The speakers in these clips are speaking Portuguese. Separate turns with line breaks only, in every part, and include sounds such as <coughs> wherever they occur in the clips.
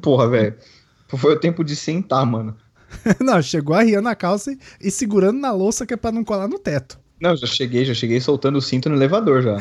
Porra, velho. Foi o tempo de sentar, mano.
<laughs> não, chegou arriando a calça e, e segurando na louça que é pra não colar no teto.
Não, já cheguei, já cheguei soltando o cinto no elevador já.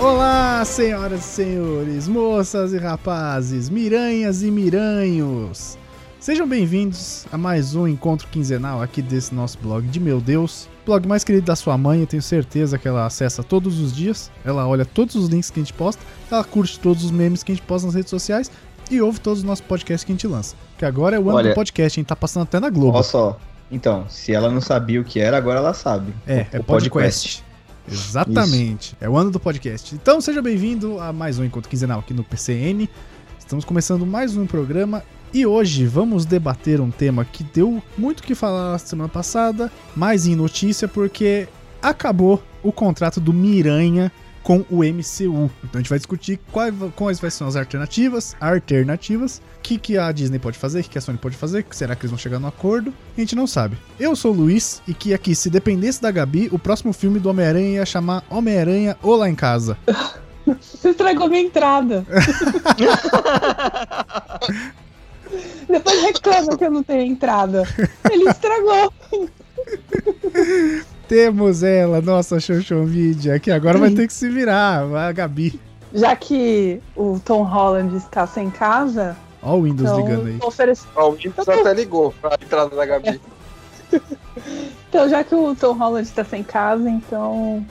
Olá, senhoras e senhores, moças e rapazes, miranhas e miranhos. Sejam bem-vindos a mais um encontro quinzenal aqui desse nosso blog de meu Deus. Blog mais querido da sua mãe, eu tenho certeza que ela acessa todos os dias, ela olha todos os links que a gente posta, ela curte todos os memes que a gente posta nas redes sociais e ouve todos os nossos podcasts que a gente lança. Que agora é o ano
Olha-
do podcast, a gente tá passando até na Globo.
Olha só. Então, se ela não sabia o que era, agora ela sabe.
É, é
O
podcast. Exatamente. É o ano do podcast. Então seja bem-vindo a mais um encontro quinzenal aqui no PCN. Estamos começando mais um programa e hoje vamos debater um tema que deu muito o que falar na semana passada, mais em notícia porque acabou o contrato do Miranha com o MCU. Então a gente vai discutir quais, quais vai ser as alternativas, alternativas, o que, que a Disney pode fazer, o que, que a Sony pode fazer, será que eles vão chegar num acordo? A gente não sabe. Eu sou o Luiz e que aqui, se dependesse da Gabi, o próximo filme do Homem-Aranha ia chamar Homem-Aranha ou Lá em Casa.
Você estragou
<laughs>
minha entrada. Depois reclama que eu não tenho entrada. Ele estragou.
Temos ela, nossa Xoxon Media, que agora vai ter que se virar, a Gabi.
Já que o Tom Holland está sem casa,
Ó o Windows
então,
ligando aí.
tô oferecendo-
Ó, o Windows até ligou pra entrada da Gabi.
então, já que o Tom Holland está sem casa, então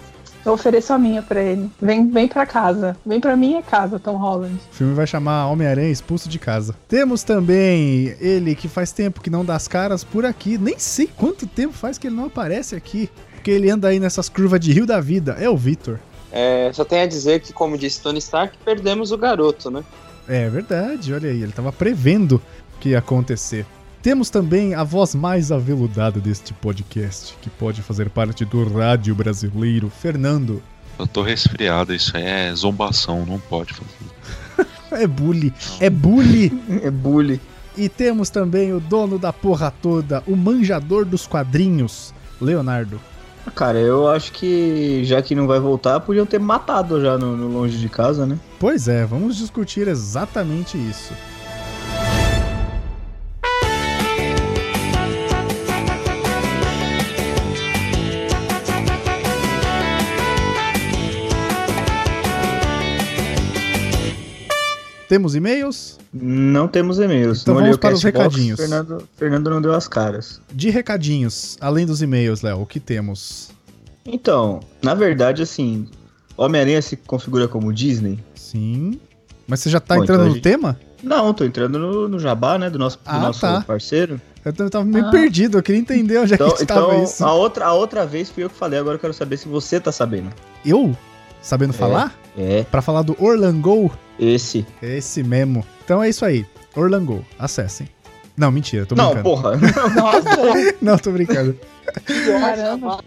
eu ofereço a minha pra ele. Vem, vem pra casa. Vem pra minha casa, Tom Holland.
O filme vai chamar Homem-Aranha expulso de casa. Temos também ele que faz tempo que não dá as caras por aqui. Nem sei quanto tempo faz que ele não aparece aqui. Porque ele anda aí nessas curvas de rio da vida. É o Vitor.
É, só tem a dizer que, como disse Tony Stark, perdemos o garoto, né?
É verdade, olha aí, ele tava prevendo que ia acontecer. Temos também a voz mais aveludada deste podcast, que pode fazer parte do rádio brasileiro, Fernando.
Eu tô resfriado, isso aí é zombação, não pode fazer.
É bully, é bully.
podcast. <laughs> É bully.
E temos também o dono da porra toda, o manjador dos quadrinhos, Leonardo.
Cara, eu acho que já que não vai voltar, podiam ter matado já no, no longe de casa, né?
Pois é, vamos discutir exatamente isso. Temos e-mails?
Não temos e-mails.
Então
não olhei
vamos
o
para os
Castbox,
recadinhos.
Fernando, Fernando não deu as caras.
De recadinhos, além dos e-mails, Léo, o que temos?
Então, na verdade, assim, Homem-Aranha se configura como Disney?
Sim. Mas você já tá
Bom,
entrando
então a
no
gente-
tema?
Não, tô entrando no, no jabá, né? Do nosso, do
Ah,
nosso
tá.
parceiro.
Eu t- eu tava meio
Ah.
perdido, eu queria entender <laughs> onde
Então,
é que estava
então
isso.
a, outra, a outra vez fui eu que falei, agora eu quero saber se você tá sabendo.
Eu? Sabendo falar?
É,
Pra falar do Orlango?
esse.
É esse mesmo. Então é isso aí. Orlango, acessem. Não, mentira, tô
não,
brincando.
porra.
<laughs>
Nossa,
Não, tô brincando.
caramba.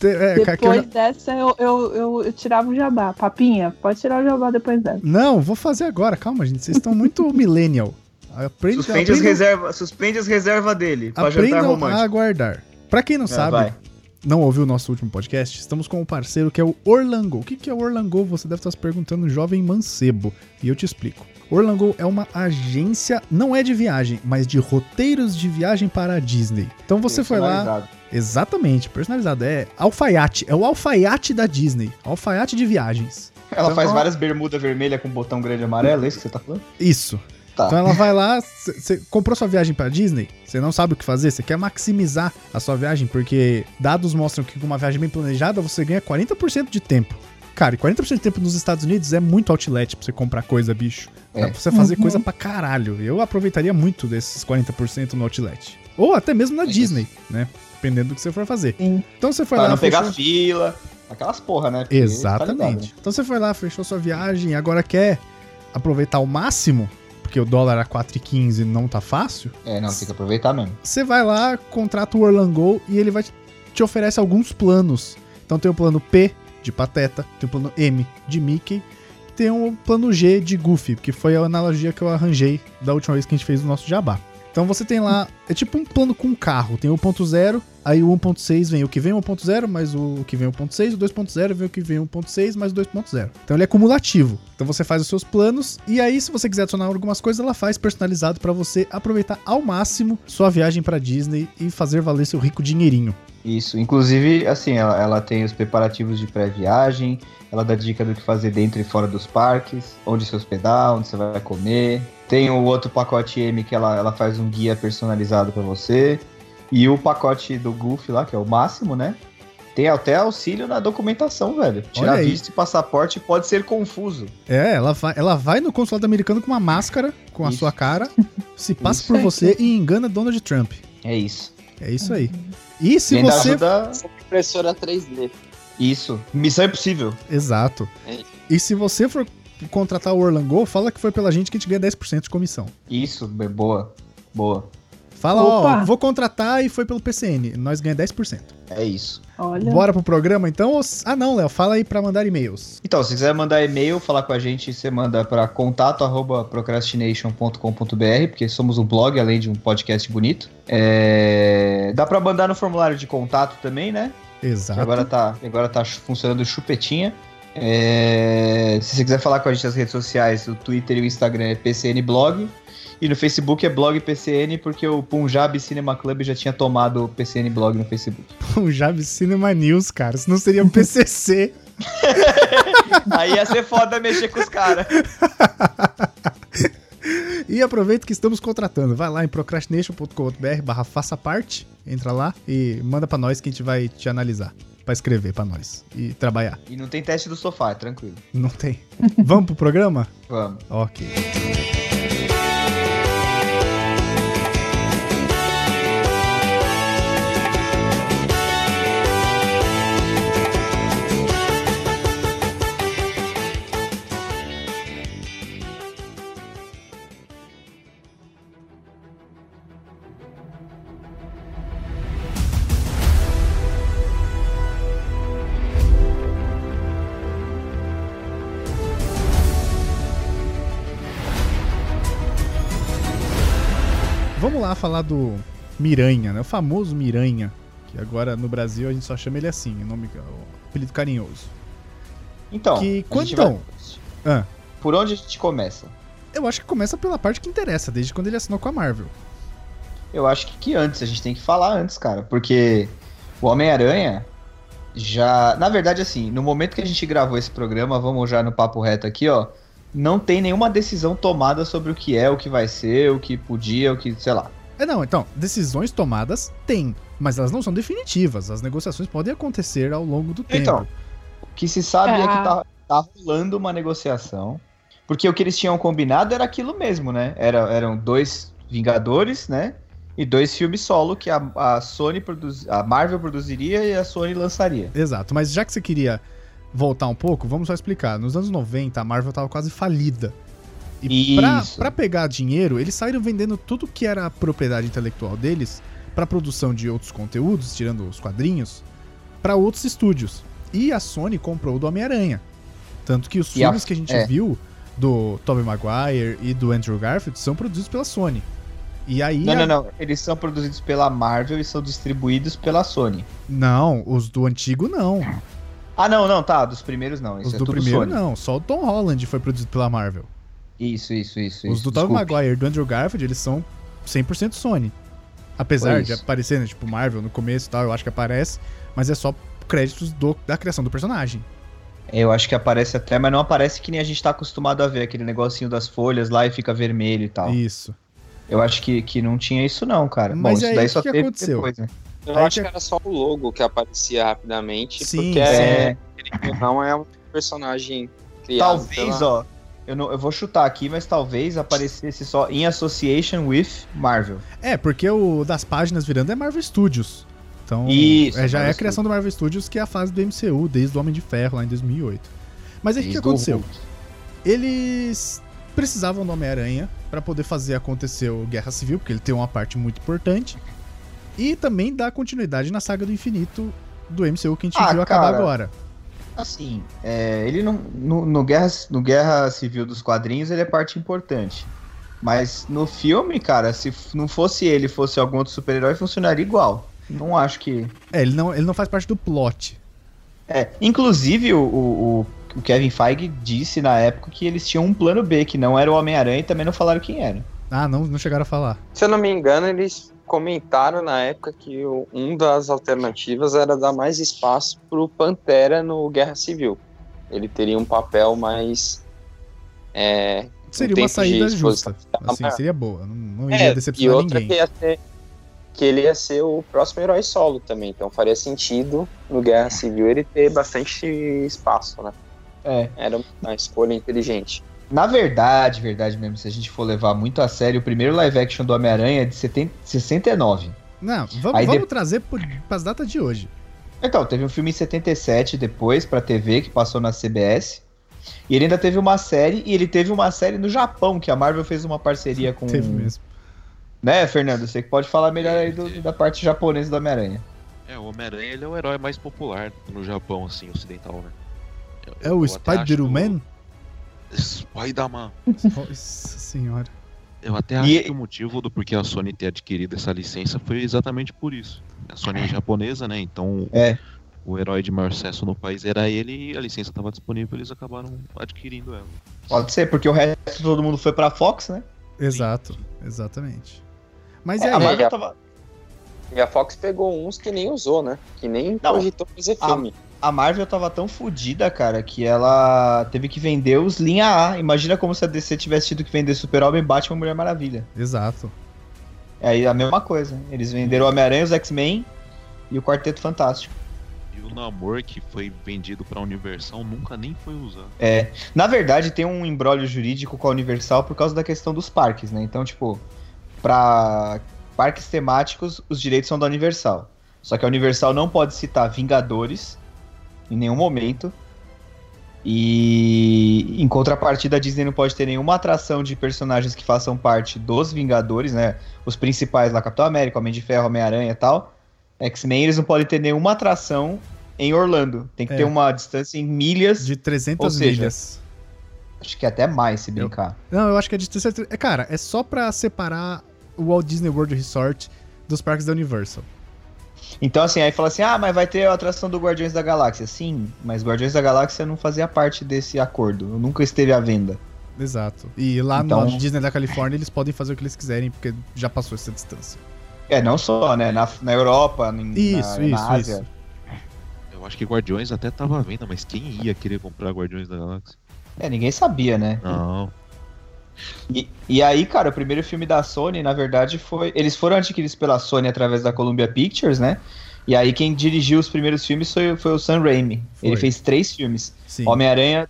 Te- é, ca- que eu
Depois
já-
dessa, eu, eu, eu, eu tirava o jabá. Papinha, pode tirar o jabá depois dessa.
Não, vou fazer agora. Calma, gente. Vocês estão muito millennial. Aprende,
Suspende, as
aprendam-
reserva, suspende as reservas dele pra jantar
aprendam Ah, a
romântico.
aguardar. Pra quem não
É,
sabe,
vai.
não ouviu o nosso último podcast, estamos com um parceiro que é o Orlango. O que, que é o Orlango? Você deve estar se perguntando, jovem mancebo. E eu te explico. Orlango é uma agência, não é de viagem, mas de roteiros de viagem para a Disney. Então você foi lá, Exatamente, personalizado. É alfaiate. É o alfaiate da Disney. Alfaiate de viagens.
Ela
Então-
faz várias bermudas vermelhas com botão grande e amarelo, é isso que você tá falando?
Isso.
Tá.
Então ela vai lá, você comprou sua viagem pra Disney, você não sabe o que fazer, você quer maximizar a sua viagem, porque dados mostram que com uma viagem bem planejada você ganha 40% de tempo. Cara, e 40% de tempo nos Estados Unidos é muito outlet pra você comprar coisa, bicho. Dá
É.
pra você fazer
Uhum.
coisa pra caralho. Eu aproveitaria muito desses 40% no outlet. Ou até mesmo na
É isso.
Disney, né? Dependendo do que você for fazer.
Sim.
Então você foi
pra
lá.
não pegar
fechou-
fila, aquelas porra, né? Porque tá ligado, né?
Exatamente. Então você foi lá, fechou sua viagem, agora quer aproveitar ao máximo, porque o dólar a 4,15 não tá fácil.
É, não, tem que aproveitar mesmo.
Você vai lá, contrata o Orlango e ele vai te oferece alguns planos. Então tem o plano P de Pateta, tem o plano M de Mickey, e tem o plano G de Goofy, que foi a analogia que eu arranjei da última vez que a gente fez o nosso jabá. Então você tem lá, é tipo um plano com um carro, tem o 1.0, aí o 1.6 vem o que vem o 1.0, mais o que vem o 1.6, o 2.0 vem o que vem o 1.6, mais o 2.0. Então ele é cumulativo. Então você faz os seus planos e aí se você quiser adicionar algumas coisas, ela faz personalizado pra você aproveitar ao máximo sua viagem pra Disney e fazer valer seu rico dinheirinho.
Isso. Inclusive, assim, ela, ela tem os preparativos de pré-viagem, ela dá dica do que fazer dentro e fora dos parques, onde se hospedar, onde você vai comer. Tem o outro pacote M que ela, ela faz um guia personalizado pra você. E o pacote do Goofy lá, que é o máximo, né? Tem até auxílio na documentação, velho. Tirar
aí.
visto e passaporte pode ser confuso.
É, ela vai, ela vai no consulado americano com uma máscara com a
Isso. <laughs>
sua cara, se passa
Isso
por você e engana Donald Trump.
É isso.
É isso aí. E se
E ainda
você
ajuda.
Essa impressora 3D.
Isso. Missão impossível.
Exato.
É.
E se você for contratar o Orlando, fala que foi pela gente que a gente ganha 10% de comissão.
Isso, be- boa. Boa.
Fala,
Opa!
ó, vou contratar e foi pelo PCN. Nós ganhamos 10%.
É isso.
Olha.
Bora pro programa então? ou- Ah, não, Léo, fala aí pra mandar e-mails.
Então, se quiser mandar e-mail, falar com a gente, você manda para contato@procrastination.com.br, porque somos um blog além de um podcast bonito. É, Dá para mandar no formulário de contato também, né? Que
Exato.
agora tá, agora tá funcionando chupetinha. É, Se você quiser falar com a gente nas redes sociais, o Twitter e o Instagram é PCN Blog. E no Facebook é blog PCN, porque o Punjab Cinema Club já tinha tomado o PCN Blog no Facebook.
<laughs> O Jab Cinema News, cara. Senão seria um o
<laughs>
PCC.
Aí ia ser foda mexer com os caras.
E aproveita que estamos contratando. Vai lá em procrastination.com.br barra faça parte, entra lá e manda pra nós que a gente vai te analisar. Pra escrever pra nós e trabalhar.
E não tem teste do sofá, é tranquilo.
Não tem.
<laughs>
Vamos pro programa?
Vamos.
Ok. Vamos lá falar do Miranha, né? O famoso Miranha. Que agora no Brasil a gente só chama ele assim, o nome, o apelido carinhoso.
Então,
Que-
a gente
quando-
vai-
Ah.
Por onde a gente começa?
Eu acho que começa pela parte que interessa, desde quando ele assinou com a Marvel.
Eu acho que, que antes, a gente tem que falar antes, cara, porque o Homem-Aranha já. Na verdade, assim, no momento que a gente gravou esse programa, vamos já no papo reto aqui, ó. Não tem nenhuma decisão tomada sobre o que é, o que vai ser, o que podia, o que, sei lá.
É não, então, decisões tomadas tem, mas elas não são definitivas. As negociações podem acontecer ao longo do tempo.
Então, o que se sabe é,
É.
que tá, tá rolando uma negociação. Porque o que eles tinham combinado era aquilo mesmo, né? Era, eram dois Vingadores, né? E dois filmes solo que a, a Sony produz, a Marvel produziria e a Sony lançaria.
Exato, mas já que você queria voltar um pouco, vamos só explicar. Nos anos 90, a Marvel tava quase falida. E pra,
Isso.
pra pegar dinheiro, eles saíram vendendo tudo que era a propriedade intelectual deles pra produção de outros conteúdos, tirando os quadrinhos, pra outros estúdios. E a Sony comprou o do Homem-Aranha. Tanto que os
E a-
filmes que a gente
é.
viu do Tobey Maguire e do Andrew Garfield são produzidos pela Sony. E aí
Não,
a-
não, não. Eles são produzidos pela Marvel e são distribuídos pela Sony.
Não, os do antigo não.
Ah, não, não, tá. Dos primeiros não. Isso
Os
é
do
tudo
primeiro
Sony.
não. Só o Tom Holland foi produzido pela Marvel.
Isso, isso, isso.
Os
isso,
do Tobey
desculpe.
Maguire e do Andrew Garfield, eles são 100% Sony. Apesar
Foi
de
isso.
aparecer, né, tipo, Marvel no começo e tal, eu acho que aparece, mas é só créditos do- da criação do personagem.
Eu acho que aparece até, mas não aparece que nem a gente tá acostumado a ver aquele negocinho das folhas lá e fica vermelho e tal.
Isso.
Eu acho que, que não tinha isso não, cara.
Mas
Bom,
aí,
isso daí
o
só
que
teve
aconteceu?
depois, né?
Eu
Aí
acho
É que-
que era só o logo que aparecia rapidamente.
Sim,
porque
sim.
é, querendo ou não é um personagem criado.
Talvez, ó. Eu, não, eu vou chutar aqui, mas talvez aparecesse só em association with Marvel.
É, porque o das páginas virando é Marvel Studios. Então,
Isso,
é, já é a
Marvel
criação do Marvel Studios, que é a fase do MCU, desde o Homem de Ferro, lá em 2008. Mas aí o que
Desde o
aconteceu?
Hulk.
Eles precisavam do Homem-Aranha pra poder fazer acontecer o Guerra Civil, porque ele tem uma parte muito importante. E também dá continuidade na saga do infinito do MCU que a gente
Ah,
viu acabar
cara.
agora.
Assim, é, ele não. No, no Guerra, no Guerra Civil dos quadrinhos, ele é parte importante. Mas no filme, cara, se f- não fosse ele, fosse algum outro super-herói, funcionaria igual. Não acho que.
É, ele não, ele não faz parte do plot.
É, inclusive, o, o, o Kevin Feige disse na época que eles tinham um plano B, que não era o Homem-Aranha e também não falaram quem era.
Ah, não, não chegaram a falar.
Se eu não me engano, eles comentaram na época que o- um das alternativas era dar mais espaço pro Pantera no Guerra Civil. Ele teria um papel mais. É,
Seria
tempo
uma
de
saída
exposição
justa. Assim,
maior.
seria boa. Não, não iria
é e
decepcionar
outra que
ninguém.
ia ser. Que ele ia ser o próximo herói solo também. Então faria sentido no Guerra Civil ele ter bastante espaço, né?
É.
Era uma escolha inteligente.
Na verdade, verdade mesmo, se a gente for levar muito a sério, o primeiro live action do Homem-Aranha é de 70, 69.
Não, vamos,
Aí de-
vamos trazer por, pras datas de hoje.
Então, teve um filme em 77 depois pra TV que passou na CBS. E ele ainda teve uma série, e ele teve uma série no Japão, que a Marvel fez uma parceria com.
Teve mesmo.
Né, Fernando? Você que pode falar melhor aí do- da parte japonesa do Homem-Aranha.
É, o Homem-Aranha ele é o herói mais popular no Japão, assim, ocidental, né? Eu-
É
eu
o
até acho que
Spider-Man?
o- Spider-Man.
Nossa senhora.
Eu até acho que o motivo do porquê a Sony ter adquirido essa licença foi exatamente por isso. A Sony é japonesa, né? Então
É.
o herói de maior sucesso no país era ele e a licença estava disponível eles acabaram adquirindo ela.
Pode ser, porque o resto todo mundo foi pra Fox, né?
Exato, exatamente. Mas é e
É, A
aí?
Marvel tava,
E a Fox pegou uns que nem usou, né? Que nem
Não.
projetou fazer
Ah,
filme.
a Marvel tava tão fodida, cara, que ela teve que vender os linha A. Imagina como se a DC tivesse tido que vender Super-Homem, Batman e Mulher Maravilha. É
Exato.
Aí a mesma coisa. né? Eles venderam o Homem-Aranha, os X-Men e o Quarteto Fantástico.
E o Namor que foi vendido pra Universal nunca nem foi usado.
Na verdade, tem um embrólio jurídico com a Universal por causa da questão dos parques, né? Então, tipo, pra parques temáticos, os direitos são da Universal. Só que a Universal não pode citar Vingadores em nenhum momento. E em contrapartida, a Disney não pode ter nenhuma atração de personagens que façam parte dos Vingadores, né? Os principais lá, Capitão América, Homem de Ferro, Homem-Aranha e tal. X-Men, eles não podem ter nenhuma atração em Orlando. Tem que
É.
ter uma distância em milhas
De 300
Ou seja,
milhas.
Acho que é até mais se brincar.
Não, eu acho que é de 300. É, cara, é só pra separar o Walt Disney World Resort dos parques da Universal.
Então, assim, aí fala assim: ah, mas vai ter a atração do Guardiões da Galáxia. Sim, mas Guardiões da Galáxia não fazia parte desse acordo. Nunca esteve à venda.
Exato. E lá no
Então-
Disney da Califórnia eles podem fazer o que eles quiserem, porque já passou essa distância.
É, não só, né? Na, na Europa, em-
Isso,
na,
isso,
na Ásia.
isso.
Eu acho que Guardiões até tava à venda, mas quem ia querer comprar Guardiões da Galáxia?
É, ninguém sabia, né?
Ah.
Não.
E, e aí, cara, o primeiro filme da Sony, na verdade, foi. Eles foram adquiridos pela Sony através da Columbia Pictures, né? E aí, quem dirigiu os primeiros filmes foi, foi o Sam Raimi.
Foi.
Ele fez três filmes:
Sim.
Homem-Aranha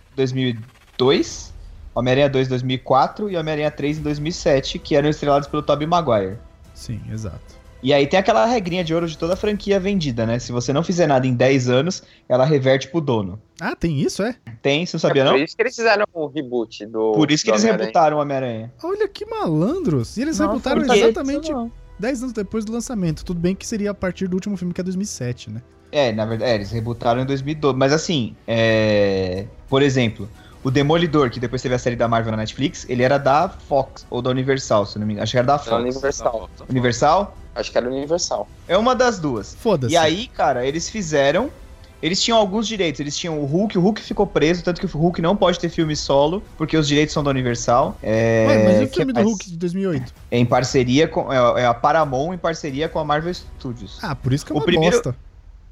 2002, Homem-Aranha 2 2004 e Homem-Aranha 3 em 2007, que eram estrelados pelo Tobey Maguire.
Sim, exato.
E aí tem aquela regrinha de ouro de toda a franquia vendida, né? Se você não fizer nada em 10 anos, ela reverte pro dono.
Ah, tem isso, é?
Tem, você não sabia
é por
não?
isso que eles fizeram o reboot do.
Por isso que
do
eles
Homem-Aranha.
rebutaram o Homem-aranha.
Olha que malandros. E eles
Não,
rebutaram
não sabia disso,
exatamente
não.
10 anos depois do lançamento. Tudo bem que seria a partir do último filme, que é 2007, né?
É, na verdade, é, eles rebutaram em 2012. Mas assim, é... por exemplo, o Demolidor, que depois teve a série da Marvel na Netflix, ele era da Fox, ou da Universal, se não me engano. Acho que era da
Era
Fox.
Universal.
Universal?
Acho que era Universal.
É uma das duas.
Foda-se.
E aí, cara, eles fizeram. Eles tinham alguns direitos. Eles tinham o Hulk, o Hulk ficou preso, tanto que o Hulk não pode ter filme solo, porque os direitos são da Universal. É,
Ué, mas e o
que
filme do
mais?
Hulk de 2008?
É Em parceria com. É, é a Paramount em parceria com a Marvel Studios.
Ah, por isso que é
O
uma
primeiro-
bosta.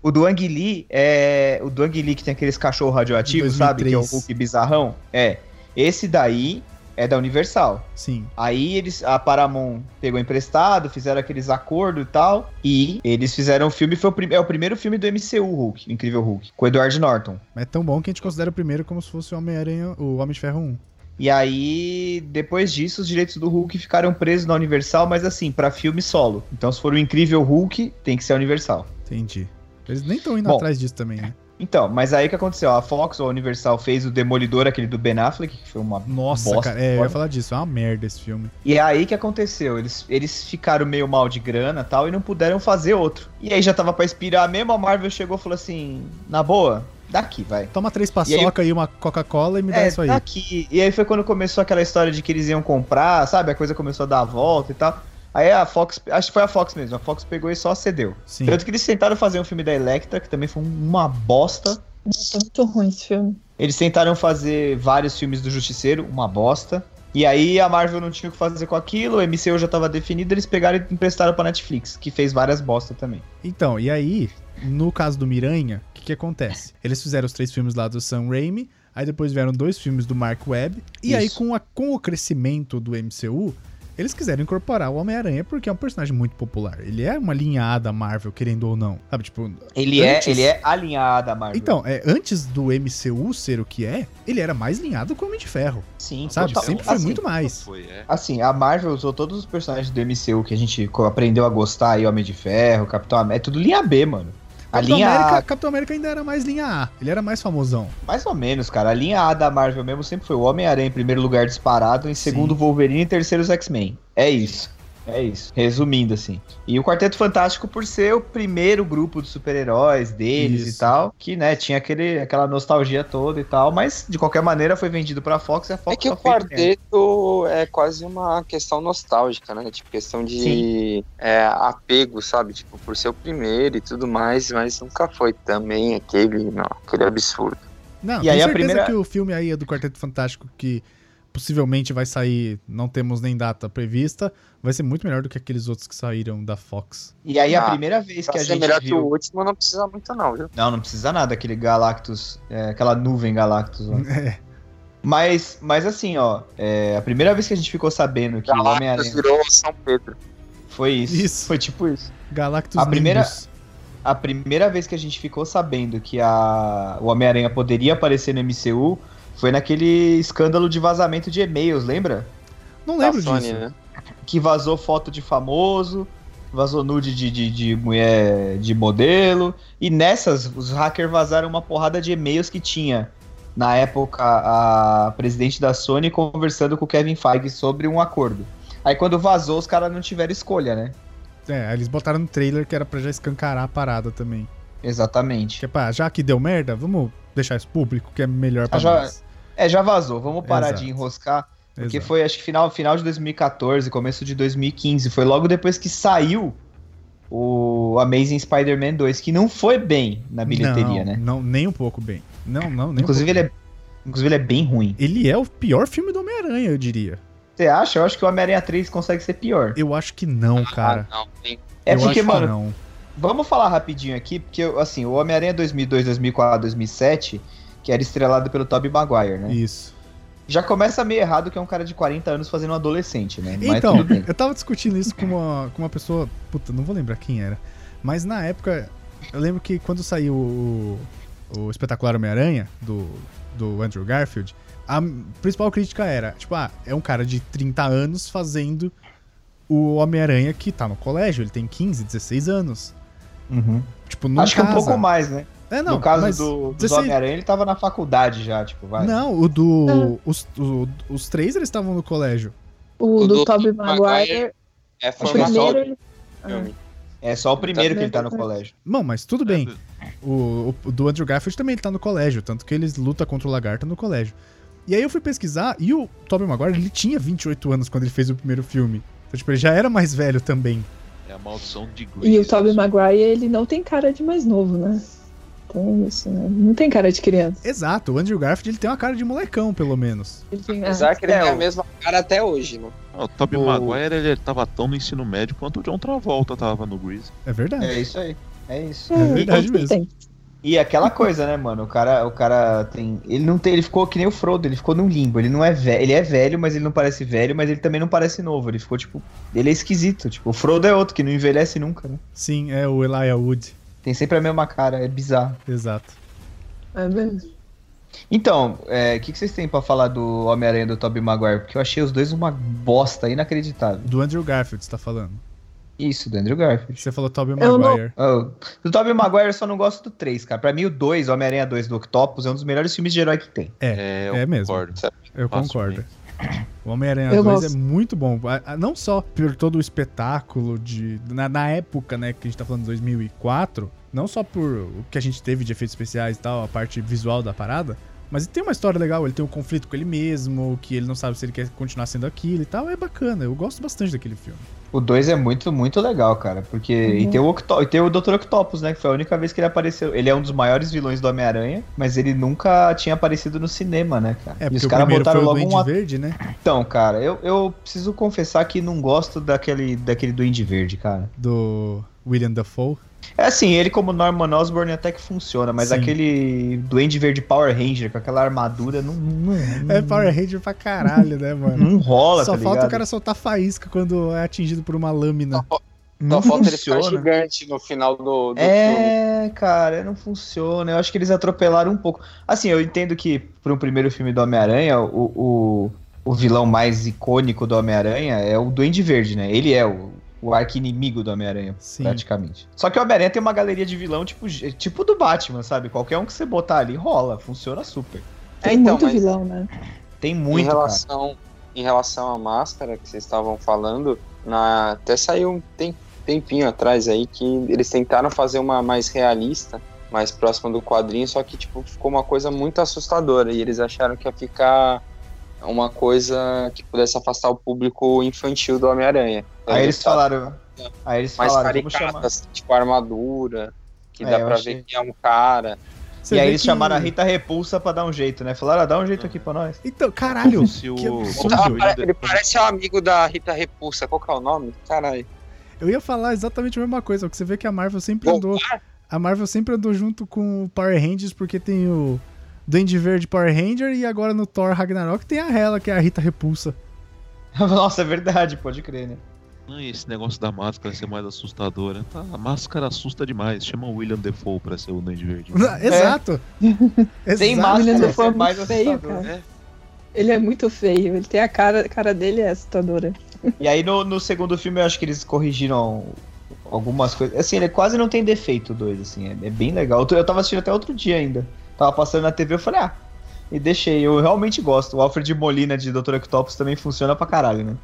O do Ang Lee é. O do Ang Lee que tem aqueles cachorros radioativos, sabe? Que é o
2003.
Hulk bizarrão. É. Esse daí é da Universal.
Sim.
Aí eles, a Paramount pegou emprestado, fizeram aqueles acordos e tal. E eles fizeram o filme, foi o, prim- é o primeiro filme do MCU Hulk, Incrível Hulk, com o Edward Norton.
Mas é tão bom que a gente considera o primeiro como se fosse o Homem-Aranha, o um. Homem de Ferro 1.
E aí, depois disso, os direitos do Hulk ficaram presos na Universal, mas assim, pra filme solo. Então, se for o Incrível Hulk, tem que ser a Universal.
Entendi. Eles nem estão indo
Bom.
atrás disso também, né?
Então, mas aí o que aconteceu? A Fox ou a Universal fez o Demolidor, aquele do Ben Affleck, que foi uma.
Nossa,
Bosta,
cara, é, eu ia
foda.
falar disso, é uma merda esse filme.
E é aí que aconteceu? Eles, eles ficaram meio mal de grana tal e não puderam fazer outro. E aí já tava pra expirar mesmo, a Marvel chegou e falou assim: na boa, daqui, vai.
Toma três paçoca e, uma Coca-Cola e me dá
É,
isso aí.
daqui. E aí foi quando começou aquela história de que eles iam comprar, sabe? A coisa começou a dar a volta e tal. Aí a Fox, acho que foi a Fox mesmo, a Fox pegou e só cedeu.
Sim.
Tanto que eles tentaram fazer um filme da Electra, que também foi uma bosta.
Nossa, é muito ruim esse filme.
Eles tentaram fazer vários filmes do Justiceiro, uma bosta. E aí a Marvel não tinha o que fazer com aquilo, o MCU já tava definido, eles pegaram e emprestaram pra Netflix, que fez várias bosta também.
Então, e aí, no caso do Miranha, o que, que acontece? Eles fizeram os três filmes lá do Sam Raimi, aí depois vieram dois filmes do Mark Webb, e aí
Isso.
com, a- com o crescimento do MCU, eles quiseram incorporar o Homem-Aranha porque é um personagem muito popular. Ele é uma linhada Marvel, querendo ou não. Sabe, tipo,
Ele
Antes-
é, ele é alinhado à Marvel.
então, é, antes do MCU ser o que é, ele era mais linhado com o Homem de Ferro,
sim,
sabe?
total.
Sempre foi
Assim,
muito mais.
Foi, é.
Assim, a Marvel usou todos os personagens do MCU que a gente co- aprendeu a gostar aí, Homem de Ferro, Capitão América, é tudo linha B, mano. A
Capitão,
linha
América,
A,
Capitão América ainda era mais linha A, ele era mais famosão.
mais ou menos, cara, a linha A da Marvel mesmo sempre foi o Homem-Aranha em primeiro lugar disparado, em segundo o Wolverine e em terceiro os X-Men. É isso. É isso. Resumindo, assim. E o Quarteto Fantástico por ser o primeiro grupo de super-heróis deles
Isso.
e tal, que, né, tinha aquele, aquela nostalgia toda e tal, mas de qualquer maneira foi vendido pra Fox e a Fox
É que
só
o
fez merda.
quarteto é quase uma questão nostálgica, né? Tipo, questão de é, apego, sabe? Tipo, por ser o primeiro e tudo mais, mas nunca foi também aquele, não, aquele absurdo.
Não,
E
tenho
aí a
certeza
primeira-
que o filme aí é do Quarteto Fantástico que possivelmente vai sair, não temos nem data prevista, vai ser muito melhor do que aqueles outros que saíram da Fox.
E aí a
Ah,
primeira vez
Pra
que a
ser
gente
melhor que
viu...
o último, não precisa muito, não, viu?
Não, não precisa nada, aquele Galactus, é, aquela nuvem Galactus
<laughs>
lá.
É,
Mas, mas assim, ó, é, a primeira vez que a gente ficou sabendo que o
Galactus
Homem-Aranha
virou São Pedro.
foi isso,
Isso.
foi tipo isso.
Galactus
A primeira-
Nimbus.
A primeira vez que a gente ficou sabendo que a, o Homem-Aranha poderia aparecer no MCU foi naquele escândalo de vazamento de e-mails, lembra?
Não lembro
da Sony,
disso.
né?
Que vazou foto de famoso, vazou nude de, de, de mulher de modelo. E nessas, os hackers vazaram uma porrada de e-mails que tinha. Na época, a presidente da Sony conversando com o Kevin Feige sobre um acordo. Aí quando vazou, os caras não tiveram escolha, né?
É, aí eles botaram no trailer que era pra já escancarar a parada também.
Exatamente.
Que é pá, já que deu merda, vamos deixar isso público que é melhor pra
Ah, já-
nós.
É, já vazou. Vamos parar
Exato.
de enroscar. Porque
Exato.
foi, acho que final, final de 2014, começo de 2015. Foi logo depois que saiu o Amazing Spider-Man 2, que não foi bem na bilheteria,
não,
né?
Não, nem um pouco bem. Não, não, nem
Inclusive
um
ele,
pouco.
é, inclusive, ele é bem ruim.
Ele é o pior filme do Homem-Aranha, eu diria.
Você acha? Eu acho que o Homem-Aranha 3 consegue ser pior.
Eu acho que não, cara.
Ah, não, tem.
É
eu
porque,
acho
mano,
que não.
vamos falar rapidinho aqui, porque, assim, o Homem-Aranha 2002, 2004, 2007, que era estrelado pelo Tobey Maguire, né?
Isso.
Já começa meio errado que é um cara de 40 anos fazendo um adolescente, né? Mas
Então,
tudo bem.
eu tava discutindo isso com uma, com uma pessoa. Puta, não vou lembrar quem era. Mas na época, eu lembro que quando saiu o, o espetacular Homem-Aranha, do, do Andrew Garfield, a principal crítica era: tipo, ah, é um cara de 30 anos fazendo o Homem-Aranha que tá no colégio, ele tem 15, 16 anos.
Uhum.
Tipo, não
acho que um
casa.
pouco mais, né?
É, não,
no caso
mas
do, do
16
Homem-Aranha, ele tava na faculdade já, tipo, vai.
Não, o do. Os, o- os três eles estavam no colégio.
O,
O
do,
do
Tobey
Maguire,
Maguire,
É
foi
o
só-
formação
primeiro.
do
ele-
um
Ah.
filme.
É só o primeiro que ele tá no
Tá.
colégio.
Não, mas tudo bem.
É,
O, o do Andrew Garfield também ele tá no colégio, tanto que eles lutam contra o lagarto no colégio. E aí eu fui pesquisar e o Tobey Maguire, ele tinha 28 anos quando ele fez o primeiro filme. Então, tipo, ele já era mais velho também.
É a maldição de Grey.
E o
assim.
Tobey Maguire, ele não tem cara de mais novo, né? Tem isso, né? Não tem cara de criança.
Exato, o Andrew Garfield, ele tem uma cara de molecão, pelo menos.
Ele tem,
Apesar que ele
É,
tem a
o-
mesma cara até hoje, né?
O Tobey
O-
Maguire, ele tava tão no ensino médio quanto o John Travolta tava no Grease.
É verdade.
É isso aí. É isso.
É,
É verdade
ele
mesmo.
Tem.
E aquela coisa, né, mano? O cara, o cara tem. Ele não tem. Ele ficou que nem o Frodo, ele ficou num limbo. Ele não é velho. Ele é velho, mas ele não parece velho, mas ele também não parece novo. Ele ficou, tipo. Ele é esquisito. Tipo, o Frodo é outro que não envelhece nunca, né?
Sim, é o Elijah Wood.
Tem sempre a mesma cara, é bizarro.
Exato.
É mesmo.
Então, é, o que, que vocês têm pra falar do Homem-Aranha e do Tobey Maguire? Porque eu achei os dois uma bosta inacreditável.
Do Andrew Garfield, você tá falando.
Isso, do Andrew Garfield.
Você falou Tobey
Eu não-
Maguire.
Oh, do Tobey Maguire eu só não gosto do 3, cara. Pra mim, o 2, Homem-Aranha 2 do Octopus, é um dos melhores filmes de herói que tem.
É,
É mesmo.
concordo.
Eu
Faço
concordo.
bem.
<coughs> O Homem-Aranha
Eu
2 é
gosto.
muito bom. A- a- Não só por todo o espetáculo de. Na, na época, né, que a gente tá falando de 2004, não só por o que a gente teve de efeitos especiais e tal, a parte visual da parada, mas tem uma história legal. Ele tem um conflito com ele mesmo, que ele não sabe se ele quer continuar sendo aquilo e tal. É bacana. Eu gosto bastante daquele filme.
O 2 é muito, muito legal, cara. Porque.
Uhum.
E, tem o Octo... e tem o Dr. Octopus, né? Que foi a única vez que ele apareceu. Ele é um dos maiores vilões do Homem-Aranha, mas ele nunca tinha aparecido no cinema, né, cara?
É,
e
porque
os
o
caras
primeiro foi
botaram
o
logo um
Duende
ator.
Verde, né?
Então, cara, eu, eu preciso confessar que não gosto daquele, daquele Duende Verde, cara.
Do William Dafoe.
É assim, ele como Norman Osborn até que funciona, mas
Sim.
aquele Duende Verde Power Ranger com aquela armadura não, não,
Hum.
É Power Ranger pra caralho, né, mano?
não rola,
Só
tá
falta
ligado?
o cara soltar faísca quando é atingido por uma lâmina.
não
Só falta ele ficar
funciona.
gigante no final do, do filme.
É, cara, não funciona. Eu acho que eles atropelaram um pouco. Assim, eu entendo que para um primeiro filme do Homem-Aranha, o, o, o vilão mais icônico do Homem-Aranha é o Duende Verde, né? Ele é o, o arqui-inimigo do Homem-Aranha,
Sim.
praticamente. Só que o Homem-Aranha tem uma galeria de vilão tipo, tipo do Batman, sabe? Qualquer um que você botar ali rola, funciona super.
Tem
então,
muito
mas-
vilão, né?
Tem muito,
em relação em relação à máscara que vocês estavam falando, na- até saiu um tem- tempinho atrás aí que eles tentaram fazer uma mais realista, mais próxima do quadrinho, só que tipo ficou uma coisa muito assustadora e eles acharam que ia ficar uma coisa que pudesse afastar o público infantil do Homem-Aranha.
cara. Aí
tá-
eles falaram. Aí eles
mais
falaram, vamos chamar.
caricatas, tipo armadura, que
É,
dá
eu
pra
achei.
ver que é um cara.
Você
E aí
vê
eles
que-
chamaram a Rita Repulsa pra dar um jeito, né? Falaram, ah, dá um jeito aqui pra nós. <laughs>
Então, caralho. <laughs>
Se o-
que absurdo.
Ah,
Como
pare-
que
ele
eu-
parece um amigo da Rita Repulsa, qual que é o nome? Caralho.
Eu ia falar exatamente a mesma coisa, porque você vê que a Marvel sempre
Bom,
andou. A Marvel sempre andou junto com o Power Rangers, porque tem o Duende Verde Power Ranger e agora no Thor Ragnarok tem a Hela, que é a Rita Repulsa. <laughs>
Nossa, é verdade, pode crer, né?
Não, e esse negócio da máscara ser mais assustadora. Tá, a máscara assusta demais. Chama o William Defoe pra ser o
<laughs>
Duende Verde.
Exato. Exato.
Tem
Ele
máscara,
não
esse é
foi
mais
muito feio,
assustador.
cara.
né?
Ele é muito feio. Ele tem a cara, a cara dele é assustadora.
E aí no, no segundo filme eu acho que eles corrigiram algumas coisas. Assim, ele quase não tem defeito o dois, assim, é, é bem legal. Eu tava assistindo até outro dia ainda. Tava passando na TV, eu falei, ah, e deixei. Eu realmente gosto. O Alfred Molina de Dr. Octopus também funciona pra caralho, né?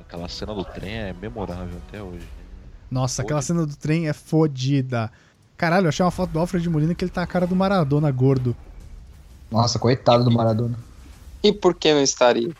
Aquela cena do trem é memorável até hoje.
Nossa, aquela
Foi.
cena do trem é fodida. Caralho, eu achei uma foto do Alfred Molina que ele tá a cara do Maradona gordo.
Nossa, coitado do Maradona.
E por que não estaria?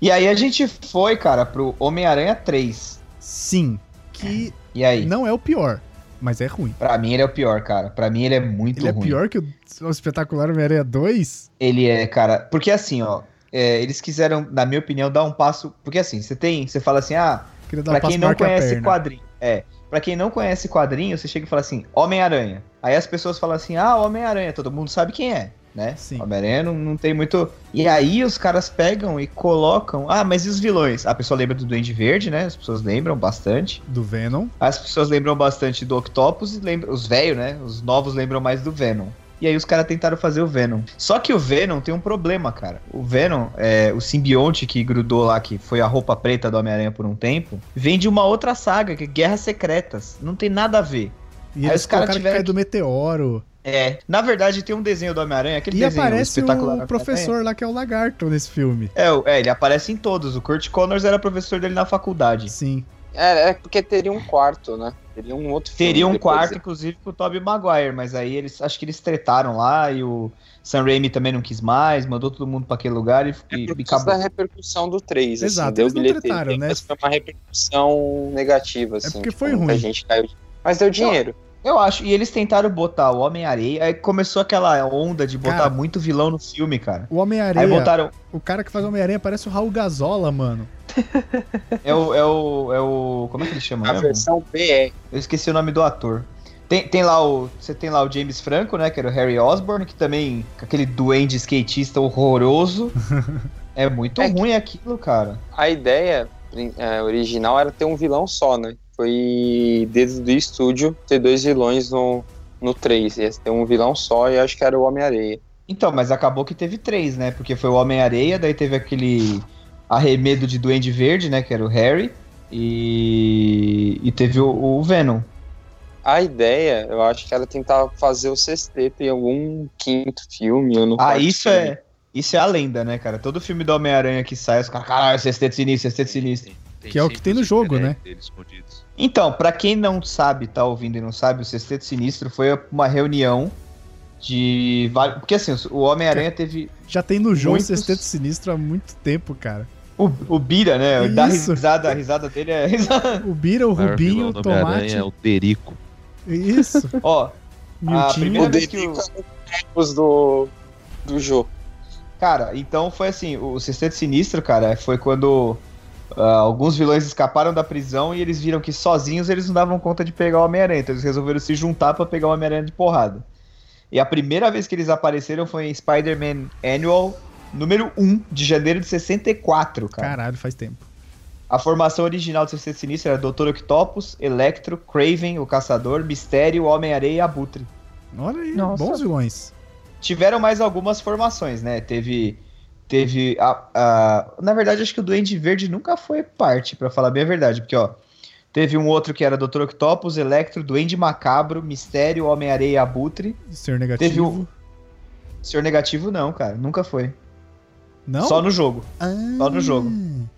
E aí a gente foi, cara, pro Homem-Aranha 3.
Sim, que
E aí?
não é o pior, mas é ruim.
Pra mim ele é o pior, cara. Pra mim ele é muito
Ele é
ruim.
pior que o, o espetacular Homem-Aranha 2?
Ele é, cara. Porque assim, ó. é, eles quiseram, na minha opinião, dar um passo. Porque assim, você tem. Você fala assim, ah,
Queria dar
pra
uma
quem
um passo
não
maior que a
conhece
perna.
quadrinho. É. Pra quem não conhece quadrinho, você chega e fala assim, Homem-Aranha. Aí as pessoas falam assim, ah, Homem-Aranha, todo mundo sabe quem é, né?
Sim.
Homem-Aranha não, não tem muito. E aí os caras pegam e colocam. Ah, mas e os vilões? A pessoa lembra do Duende Verde, né? As pessoas lembram bastante.
Do Venom.
As pessoas lembram bastante do Octopus e lembram. Os velhos, né? Os novos lembram mais do Venom. E aí os caras tentaram fazer o Venom. Só que o Venom tem um problema, cara. O Venom, é, o simbionte que grudou lá, que foi a roupa preta do Homem-Aranha por um tempo, vem de uma outra saga, que é Guerras Secretas. Não tem nada a ver.
E
Aí
eles
os caras
colocaram que
tiveram
cai
que-
do meteoro.
É. Na verdade, tem um desenho do Homem-Aranha, aquele
E
desenho
aparece
espetacular. né?
o professor lá que é o lagarto nesse filme.
É, o- é, ele aparece em todos. O Kurt Connors era professor dele na faculdade.
Sim.
É, é porque teria um quarto, né? Teria um outro filme
Teria um
depois. é.
quarto, inclusive, com o Tobey Maguire, mas aí eles acho que eles tretaram lá e o Sam Raimi também não quis mais, mandou todo mundo pra aquele lugar e,
É
e
por causa
acabou.
da repercussão do 3,
Exato,
assim, deu
eles não
bilheteria,
tretaram, né? É
mas foi uma repercussão negativa, assim.
porque foi
muita
ruim.
gente caiu de- Mas deu dinheiro.
Eu acho, e eles tentaram botar o Homem-Areia, aí começou aquela onda de botar
Cara.
muito vilão no filme, cara.
O
Aí
Homem-Aranha.
botaram.
O cara que faz o Homem-Aranha parece o Raul Gazola, mano.
É o, é o. É o. Como é que ele chama?
A
mesmo?
versão é, BR.
Eu esqueci o nome do ator. Tem, tem lá o. Você tem lá o James Franco, né? Que era o Harry Osborn, que também. com Aquele duende skatista horroroso. é muito
É que-
ruim aquilo, cara.
A ideia eh, original era ter um vilão só, né? Foi dentro do estúdio ter dois vilões no, no 3. Ia ter um vilão só e acho que era o Homem-Areia.
Então, mas acabou que teve três, né? Porque foi o Homem-Areia, daí teve aquele arremedo de Duende Verde, né? Que era o Harry. E, e teve o, o Venom.
A ideia, eu acho que era tentar fazer o sexteto em algum quinto filme. Ou no
Ah,
quarto
isso
filme.
é, isso é a lenda, né, cara? Todo filme do Homem-Aranha que sai, os caras, caralho, sexteto sinistro, sexteto sinistro.
Que é o que tem no jogo, né?
Então, pra quem não sabe, tá ouvindo e não sabe, o Sexteto Sinistro foi uma reunião de vários. Porque assim, o Homem-Aranha teve.
Já tem no jogo
Muitos.
Sexteto Sinistro há muito tempo, cara.
O, o Bira, né?
Isso.
Dá risada, a risada dele é <laughs> risada.
O Bira, o Rubinho, o Tomate.
É o Derico.
<laughs>
Isso,
Ó, a
Miltinho.
primeira
O
vez que o.
Derico os do, do jogo.
Cara, então foi assim, o Sexteto Sinistro, cara, foi quando ah, alguns vilões escaparam da prisão e eles viram que sozinhos eles não davam conta de pegar o Homem-Aranha, então eles resolveram se juntar pra pegar o Homem-Aranha de porrada. E a primeira vez que eles apareceram foi em Spider-Man Annual número 1, de janeiro de 64, cara.
Caralho, faz tempo.
A formação original do Sexteto Sinistro era Dr. Octopus, Electro, Craven, o Caçador, Mistério, Homem-Aranha e Abutre.
Olha aí,
Nossa.
bons vilões.
tiveram mais algumas formações, né? Teve. Teve. A, a- na verdade, acho que o Duende Verde nunca foi parte, pra falar bem a verdade, porque, ó. Teve um outro que era Dr. Octopus, Electro, Duende Macabro, Mistério, Homem-Areia e Abutre.
Senhor Negativo.
Teve um o- Senhor Negativo, não, cara, nunca foi.
Não?
Só no jogo.
Ah.
só no jogo.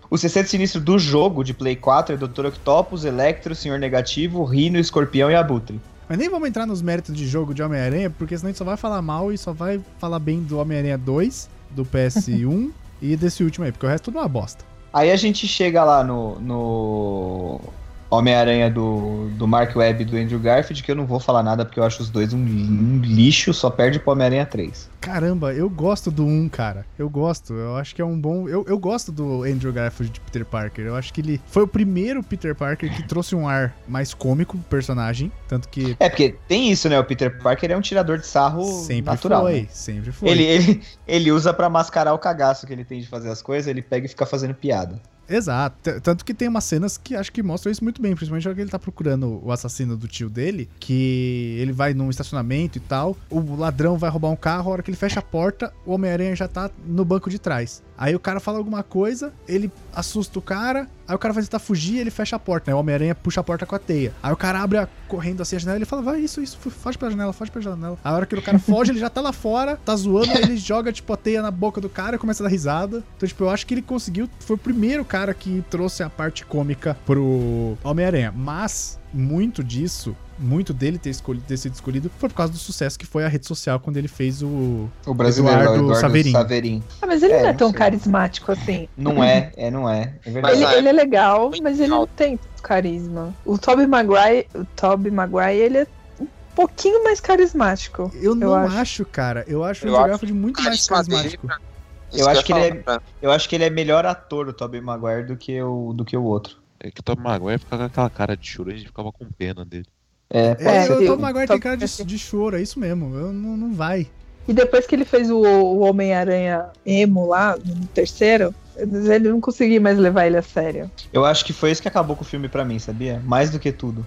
O 60 sinistro do jogo de Play 4 é Dr. Octopus, Electro, Senhor Negativo, Rino, Escorpião e Abutre.
Mas nem vamos entrar nos méritos de jogo de Homem-Aranha, porque senão a gente só vai falar mal e só vai falar bem do Homem-Aranha 2, do PS1 <laughs> e desse último aí, porque o resto tudo é uma bosta.
Aí a gente chega lá no, no Homem-Aranha do, do Mark Webb e do Andrew Garfield, que eu não vou falar nada porque eu acho os dois um, um lixo, só perde pro Homem-Aranha 3.
Caramba, eu gosto do 1, cara. Eu gosto. Eu acho que é um bom. Eu, eu gosto do Andrew Garfield de Peter Parker. Eu acho que ele foi o primeiro Peter Parker que trouxe um ar mais cômico pro personagem. Tanto que
É, porque tem isso, né? O Peter Parker é um tirador de sarro
sempre
natural.
foi.
né?
Sempre foi.
Ele, ele, ele usa pra mascarar o cagaço que ele tem de fazer as coisas, ele pega e fica fazendo piada.
Exato. T- Tanto que tem umas cenas que acho que mostram isso muito bem, principalmente a hora que ele tá procurando o assassino do tio dele, que ele vai num estacionamento e tal, o ladrão vai roubar um carro, a hora que ele fecha a porta, o Homem-Aranha já tá no banco de trás. Aí o cara fala alguma coisa, ele assusta o cara, aí o cara vai tentar fugir, ele fecha a porta, né? O Homem-Aranha puxa a porta com a teia. Aí o cara abre a- correndo assim a janela, ele fala: "Vai isso, isso, fu- foge pela janela, foge pela janela". A hora que o cara foge, ele já tá lá fora, tá zoando, aí ele joga tipo a teia na boca do cara e começa a dar risada. Então, tipo, eu acho que ele conseguiu, foi o primeiro cara que trouxe a parte cômica pro Homem-Aranha, mas muito disso muito dele ter, escolhido, ter sido escolhido foi por causa do sucesso que foi a rede social quando ele fez o.
O brasileiro
Eduardo
é o Eduardo
Saverin.
Saverin.
Ah, mas ele
É,
não é
não
tão
sei.
carismático assim.
Não é, é, não é. É verdade.
Mas
Ele,
na
ele é legal,
muito
mas ele não
alto.
tem tanto carisma. O Tobey Maguire, o Tobey Maguire, ele é um pouquinho mais carismático.
Eu não acho.
acho.
cara. Eu acho
Eu
o Andrew
acho
Garfield muito mais
carisma dele
carismático.
é Eu acho
ia
que ele
falar, né?
Eu acho que ele é melhor ator, o Tobey Maguire, do que o, do que o outro.
É que o Tom Maguire ficava com aquela cara de choro, a gente ficava com pena dele.
É, pode
É,
ser.
o
eu-
Tom Maguire tem
Tom-
cara de, de choro, é isso mesmo. Eu, não, não vai.
E depois que ele fez o, o Homem-Aranha emo lá, no terceiro, ele não consegui mais levar ele a sério.
Eu acho que foi isso que acabou com o filme pra mim, sabia? Mais do que tudo.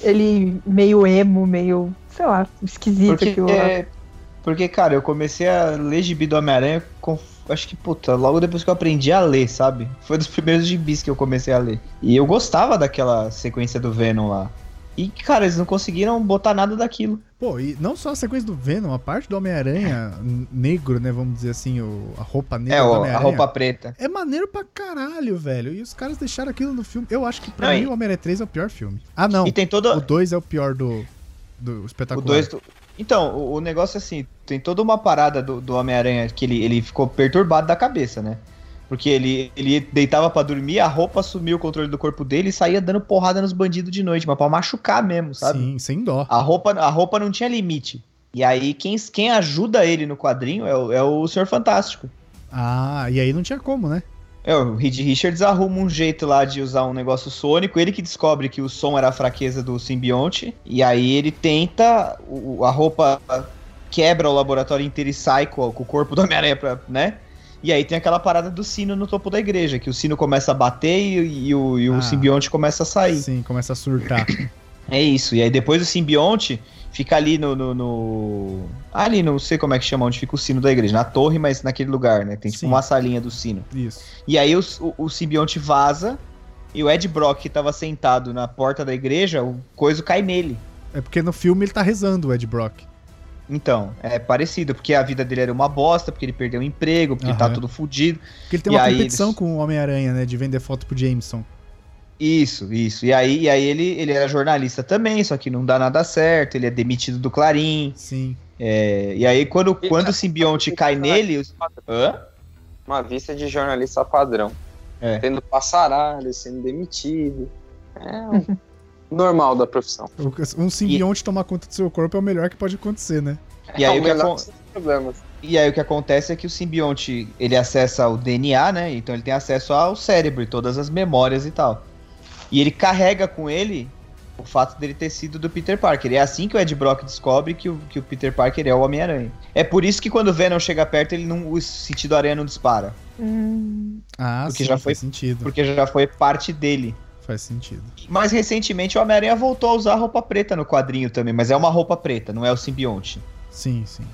Ele meio emo, meio, sei lá, esquisito.
Porque,
que o-
é, porque, cara, eu comecei a ler gibi do Homem-Aranha, com- acho que, puta, logo depois que eu aprendi a ler, sabe? Foi dos primeiros gibis que eu comecei a ler. E eu gostava daquela sequência do Venom lá. E, cara, eles não conseguiram botar nada daquilo.
Pô, e não só a sequência do Venom, a parte do Homem-Aranha n- negro, né? Vamos dizer assim, o, a roupa negra
É,
do
ó, a
Homem-Aranha.
roupa preta.
É maneiro pra caralho, velho. E os caras deixaram aquilo no filme. Eu acho que pra
Não,
mim
e-
o Homem-Aranha 3 é o pior filme. Ah, não.
E tem toda.
O 2 é o pior do, do
O
espetacular.
dois do- Então, o, o negócio é assim, tem toda uma parada do, do Homem-Aranha que ele, ele ficou perturbado da cabeça, né? Porque ele, ele deitava pra dormir, a roupa assumiu o controle do corpo dele e saía dando porrada nos bandidos de noite, mas pra machucar mesmo, sabe?
Sim, sem dó.
A roupa, a roupa não tinha limite. E aí, quem, quem ajuda ele no quadrinho é o, é o Senhor Fantástico.
Ah, e aí não tinha como, né?
É, o Reed Richards arruma um jeito lá de usar um negócio sônico, ele que descobre que o som era a fraqueza do simbionte, e aí ele tenta, o- o- a roupa quebra o laboratório inteiro e sai com, com o corpo do Homem-Aranha, pra- né? E aí tem aquela parada do sino no topo da igreja, que o sino começa a bater e, e o, e o
Ah.
simbionte começa a sair.
Sim, começa a
<coughs>
surtar.
É isso. E aí depois o simbionte fica ali no, no, no- Ali, não sei como é que chama, onde fica o sino da igreja. Na torre, mas naquele lugar, né? Tem tipo
Sim.
uma salinha do sino.
Isso.
E aí o, o, o simbionte vaza e o Ed Brock, que tava sentado na porta da igreja, o coiso cai nele.
É porque no filme ele tá rezando, o Ed Brock.
Então, é parecido, porque a vida dele era uma bosta, porque ele perdeu o emprego, porque
Aham.
tá tudo fudido.
Porque ele tem
E
uma
aí
competição
eles-
com o Homem-Aranha, né? De vender foto pro Jameson.
Isso, isso. E aí, e aí ele, ele era jornalista também, só que não dá nada certo, ele é demitido do Clarim.
Sim.
É, e aí quando,
Ele
quando
tá-
o simbionte cai nele... Os... Hã?
Uma vista de jornalista padrão.
É.
Tendo passaralho, sendo demitido. É
<laughs>
um normal da profissão.
O- Um simbionte tomar conta do seu corpo é o melhor que pode acontecer, né?
E aí o que
É melhor
acon-
dos problemas.
E aí o que acontece é que o simbionte, ele acessa o DNA, né? Então ele tem acesso ao cérebro e todas as memórias e tal. E ele carrega com ele o fato dele ter sido do Peter Parker. E é assim que o Ed Brock descobre que o, que o Peter Parker é o Homem-Aranha. É por isso que quando o Venom chega perto, ele não, o sentido aranha não dispara.
Hum,
Ah,
Porque
sim,
já foi-
faz sentido.
Porque já foi parte dele.
Faz sentido.
Mas recentemente o Homem-Aranha voltou a usar roupa preta no quadrinho também, mas é uma roupa preta, não é o simbionte.
Sim, sim.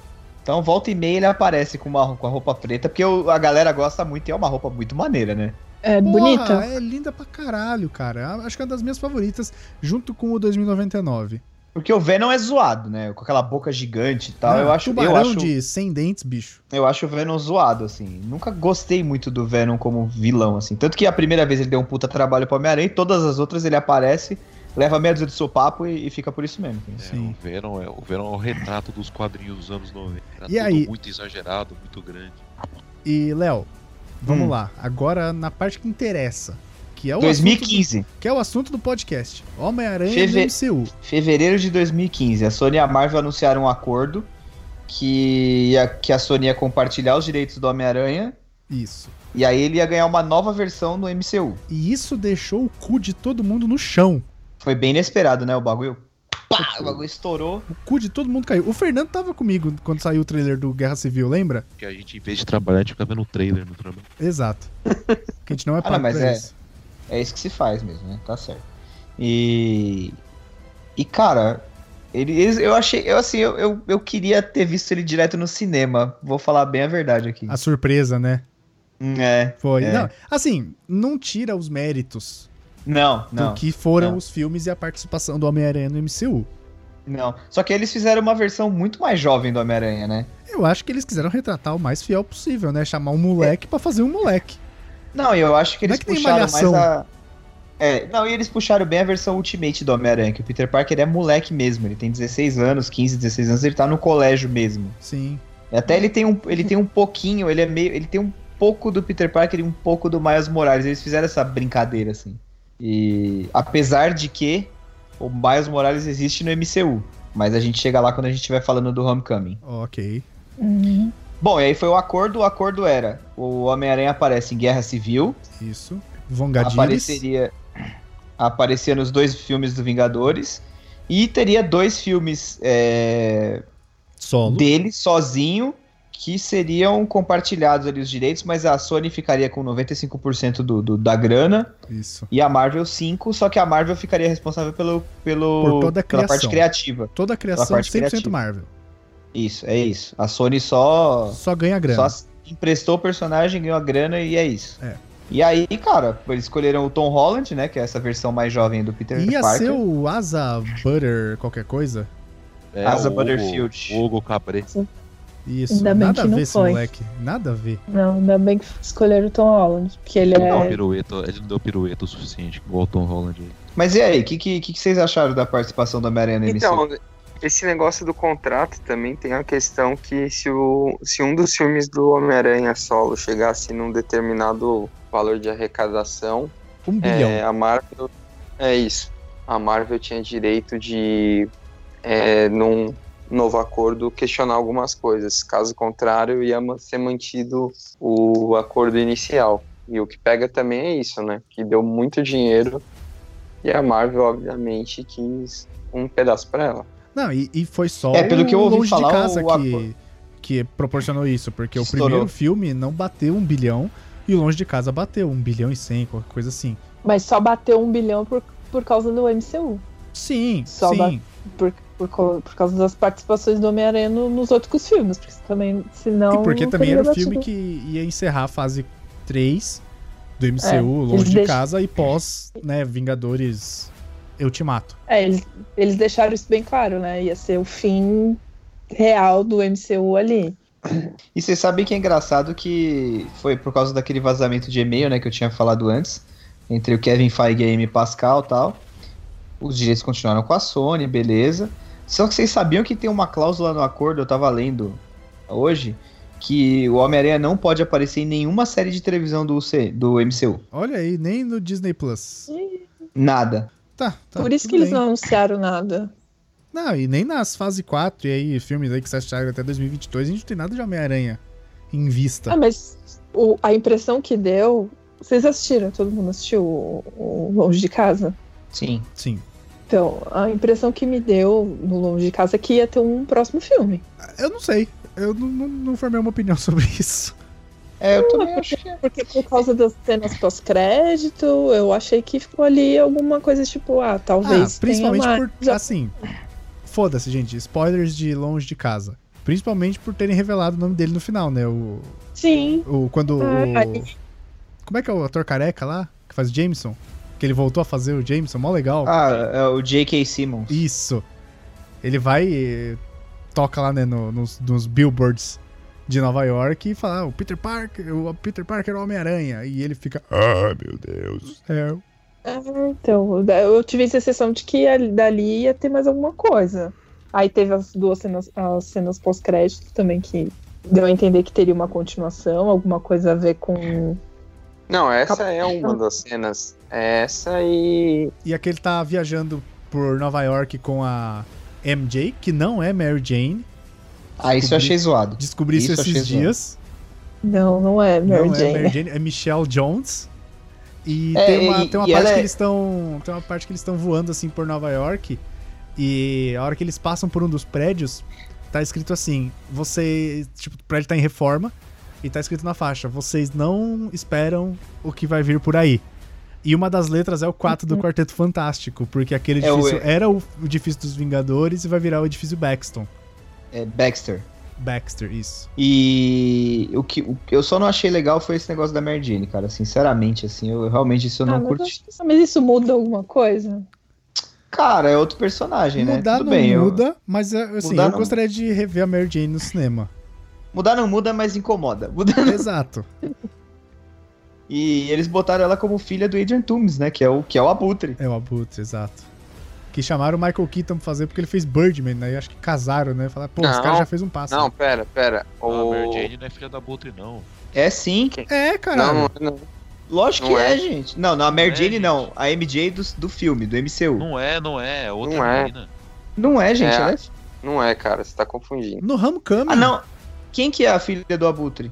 Então, volta e meia ele aparece com, uma, com a roupa preta, porque o- a galera gosta muito e é uma roupa muito maneira, né?
é
Porra,
bonita?
É linda pra caralho, cara. Acho que é uma das minhas favoritas, junto com o 2099.
Porque o Venom é zoado, né? Com aquela boca gigante e tal.
Ah,
eu, acho, eu,
Tubarão
acho,
de 100 dentes, bicho.
eu acho o Venom zoado, assim. Nunca gostei muito do Venom como vilão, assim. Tanto que a primeira vez ele deu um puta trabalho pro Homem-Aranha e todas as outras ele aparece, leva meia dúzia de sopapo e, e fica por isso mesmo. assim.
É,
Sim.
O, Venom é, o Venom é o retrato dos quadrinhos dos anos 90. Era
E aí?
muito exagerado, muito grande.
E, Léo, vamos
Hum.
lá. Agora na parte que interessa. Que é o, assunto
2015.
do, que é o assunto do podcast. Homem-Aranha
Feve-
no MCU.
Fevereiro de 2015, a Sony e a Marvel anunciaram um acordo que, ia- que a Sony ia compartilhar os direitos do Homem-Aranha
Isso.
E aí ele ia ganhar uma nova versão no MCU.
E isso deixou o cu de todo mundo no chão.
Foi bem inesperado, né? O bagulho. Pá! O bagulho estourou.
O cu de todo mundo caiu. O Fernando tava comigo quando saiu o trailer do Guerra Civil, lembra?
Porque a gente, em vez de trabalhar, a gente fica vendo o trailer no trabalho.
Exato. Porque a gente não é
não,
pago
mas
pra
é-
isso.
É isso que se faz mesmo, né? Tá certo. E. E, cara, ele, eles- eu achei. Eu assim, eu, eu, eu queria ter visto ele direto no cinema. Vou falar bem a verdade aqui.
A surpresa, né?
É.
Foi.
É.
Não, assim, não tira os méritos
Não, não.
do que foram
não.
os filmes e a participação do Homem-Aranha no MCU.
Não. Só que eles fizeram uma versão muito mais jovem do Homem-Aranha, né?
Eu acho que eles quiseram retratar o mais fiel possível, né? Chamar um moleque pra fazer um moleque.
Não, eu acho que
Não
eles
é que tem
puxaram mais
malhação.
a. É, não, e eles puxaram bem a versão Ultimate do Homem-Aranha, que o Peter Parker é moleque mesmo, ele tem 16 anos, 15, 16 anos, ele tá no colégio mesmo.
Sim.
Até ele tem um, ele tem um pouquinho, ele é meio, ele tem um pouco do Peter Parker e um pouco do Miles Morales, eles fizeram essa brincadeira assim. E apesar de que o Miles Morales existe no MCU, mas a gente chega lá quando a gente estiver falando do Homecoming.
Ok.
Hum,
Bom, e aí foi o acordo, o acordo era, o Homem-Aranha aparece em Guerra Civil,
Isso. Vongadilhos.
apareceria aparecia nos dois filmes do Vingadores e teria dois filmes é,
Solo.
dele sozinho que seriam compartilhados ali os direitos, mas a Sony ficaria com 95% do, do- da grana
Isso.
e a Marvel 5, só que a Marvel ficaria responsável pelo, pelo
Por toda a
pela parte
criação.
criativa.
Toda a criação
parte
100%
criativa.
Marvel.
Isso, é isso. A Sony só
Só ganha grana.
Só s- emprestou o personagem, ganhou a grana e é isso.
É.
E aí, cara, eles escolheram o Tom Holland, né? Que é essa versão mais jovem do Peter
Ia
Parker.
ser o Asa Butter qualquer coisa?
É,
Asa
o
Butterfield.
Hugo, o Hugo Cabré.
Isso.
Ainda bem
Nada
que
a
não
ver esse
foi.
moleque. Nada a ver.
não, ainda bem que escolheram o Tom Holland, porque ele
Ele, não deu
é.
pirueta, ele não deu pirueta o suficiente, igual o Tom Holland. aí.
Mas e aí, o que, que, que vocês acharam da participação da Homem-Aranha no MCU?
Então, esse negócio do contrato também tem a questão que se, o, se um dos filmes do Homem-Aranha solo chegasse num determinado valor de arrecadação,
Um bilhão.
é, a Marvel. É isso. A Marvel tinha direito de, é, num novo acordo, questionar algumas coisas. Caso contrário, ia ma- ser mantido o acordo inicial. E o que pega também é isso, né? Que deu muito dinheiro e a Marvel, obviamente, quis um pedaço pra ela.
Não, e, e foi só um
É, pelo que eu ouvi
Longe
falar,
de Casa
o
que,
acordo-
que proporcionou isso, porque
Estourou.
o primeiro filme não bateu um bilhão e o Longe de Casa bateu um bilhão e cem, qualquer coisa assim.
Mas só bateu um bilhão por, por causa do MCU.
Sim,
Só
sim.
Por, por, co- por causa das participações do Homem-Aranha no- nos outros filmes. Porque também, um senão.
e porque
não
também
teria
era o
batido.
filme que ia encerrar a fase 3 do MCU
É,
longe de
deixam-
casa e pós, né, Vingadores Ultimato.
É, eles, eles deixaram isso bem claro, né? Ia ser o fim real do MCU ali.
E vocês sabem que é engraçado que foi por causa daquele vazamento de e-mail, né, que eu tinha falado antes, entre o Kevin Feige e a Amy Pascal e tal. Os direitos continuaram com a Sony, beleza. Só que vocês sabiam que tem uma cláusula no acordo, eu tava lendo hoje, que o Homem-Aranha não pode aparecer em nenhuma série de televisão do, UC, do MCU.
Olha aí, nem no Disney Plus.
Nada.
Tá, tá,
Por isso
tudo
que eles
bem.
não anunciaram nada.
Não, e nem nas fase 4 e aí filmes aí que se acharam até 2022, a gente não tem nada de Homem-Aranha em vista.
Ah, mas o- a impressão que deu. Vocês assistiram, todo mundo assistiu o- o Longe de Casa?
Sim.
Sim.
Então, a impressão que me deu no Longe de Casa é que ia ter um próximo filme.
Eu não sei. Eu não, não- não formei uma opinião <laughs> sobre isso.
É, eu
Não,
também
é
acho que é.
Porque por causa das cenas pós-crédito, eu achei que ficou ali alguma coisa tipo, ah, talvez.
ah, principalmente
tenha
por.
mais. Já-
Assim. Foda-se, gente. Spoilers de longe de casa. Principalmente por terem revelado o nome dele no final, né? O.
Sim.
o quando.
Ah,
o- como é que é o ator careca lá? Que faz o Jameson? Que ele voltou a fazer o Jameson, mó legal.
Ah, é o J.K. Simmons.
Isso. Ele vai e toca lá né, no- nos, nos billboards de Nova York e fala, "Ah, o Peter Parker, o Peter Parker é o Homem-Aranha. E ele fica, ah, meu Deus do céu.
Ah, então, da- eu tive a sensação de que ali- dali ia ter mais alguma coisa. Aí teve as duas cenas, as cenas pós-crédito também que deu a entender que teria uma continuação, alguma coisa a ver com.
Não, essa é uma das cenas. É Essa e.
E aqui ele tá viajando por Nova York com a MJ, que não é Mary Jane.
Ah, isso eu achei zoado.
Descobri isso,
Isso, achei
esses
zoado.
dias.
Não, não é Mary
não é
Jane.
Mary Jane, é Michelle Jones. E
É,
tem uma,
e-
tem uma
e
parte
ela
que
é-
eles estão. Tem uma parte que eles estão voando assim por Nova York. E a hora que eles passam por um dos prédios, tá escrito assim: você. Tipo, o prédio tá em reforma. E tá escrito na faixa: vocês não esperam o que vai vir por aí. E uma das letras é o 4 do Quarteto Fantástico, porque aquele
Uhum. É o-
edifício era o o edifício dos Vingadores e vai virar o edifício Baxton.
É Baxter.
Baxter, isso.
E o que, o que eu só não achei legal foi esse negócio da Mary Jane, cara. Sinceramente, assim, eu realmente isso eu
Ah,
não
mas, eu
curti.
acho que- mas isso muda alguma coisa?
Cara, é outro personagem, né?
mudar
Tudo
não
bem. eu-
muda, mas é, assim,
Mudar
eu
não.
gostaria de rever a Mary Jane
<laughs>
no cinema.
Mudar não muda, mas incomoda. Muda- <laughs>
Exato.
E eles botaram ela como filha do Adrian Toomes, né? Que é o, que é o Abutre.
É o Abutre, exato. Que chamaram o Michael Keaton pra fazer porque ele fez Birdman, né? E acho que casaram, né? Falaram, pô, esse
Não.
cara já fez um passo.
Não, pera, pera.
Ah,
O...
Mary Jane não é filha da Butre, não.
É sim.
É,
Não,
caralho.
não, é, não.
Lógico
Não
que é.
é.
gente. Não, não, a Mary
Não é,
Jane
gente.
não. A MJ do, do filme, do MCU. Não,
Não é, não é. É outra
Não é.
menina.
é, gente.
É.
ela É...
não é, cara, você tá confundindo.
No Homecoming.
Ah, não. Quem que é a filha do Abutre?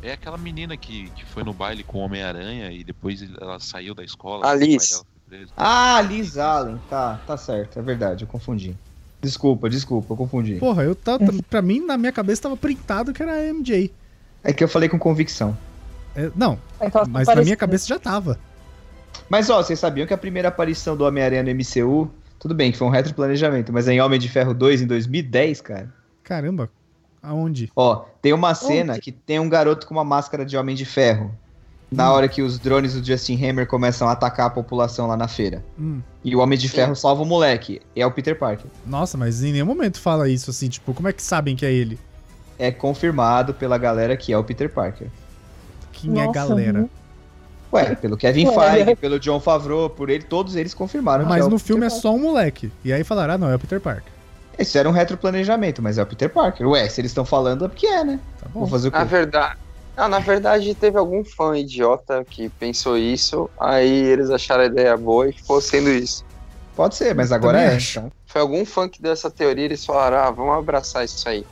É aquela menina que, que foi no baile com o Homem-Aranha e depois ela saiu da escola.
Alice.
o pai dela foi preso.
Ah, Liz Allen. Tá, tá certo. É verdade, eu confundi. Desculpa, desculpa, eu confundi.
Porra, eu tava, pra mim, na minha cabeça, tava printado que era a MJ.
É que eu falei com convicção.
É, não,
É que elas
mas
são
na minha
parecidas.
cabeça já tava.
Mas ó, vocês sabiam que a primeira aparição do Homem-Aranha no MCU, tudo bem, que foi um retroplanejamento, mas é em Homem de Ferro 2 em 2010, cara.
Caramba, aonde?
Ó, tem uma cena que tem um garoto com uma máscara de Homem de Ferro.
Hum.
Na hora que os drones do Justin Hammer começam a atacar a população lá na feira.
Hum.
E o Homem de Ferro salva o moleque. É o Peter Parker.
Nossa, mas em nenhum momento fala isso, assim, tipo, como é que sabem que é ele?
É confirmado pela galera que é o Peter Parker.
Quem é
Nossa,
galera?
Ué, pelo Kevin
Olha.
Feige, pelo John Favreau, por ele, todos eles confirmaram. que é
Mas
o
no
Peter
filme é
Parker.
só um moleque. E aí falaram, ah, não, é o Peter Parker.
Isso era um retroplanejamento, mas é o Peter Parker. Ué, se eles estão falando é porque é, né?
Tá
Vou
bom.
fazer o quê?
Na verdade. Ah, na verdade, teve algum fã idiota que pensou isso, aí eles acharam a ideia boa e ficou sendo isso.
Pode ser, mas
Eu
agora
também
é.
acho.
então.
Foi algum fã que deu essa teoria e eles falaram, ah, vamos abraçar isso aí.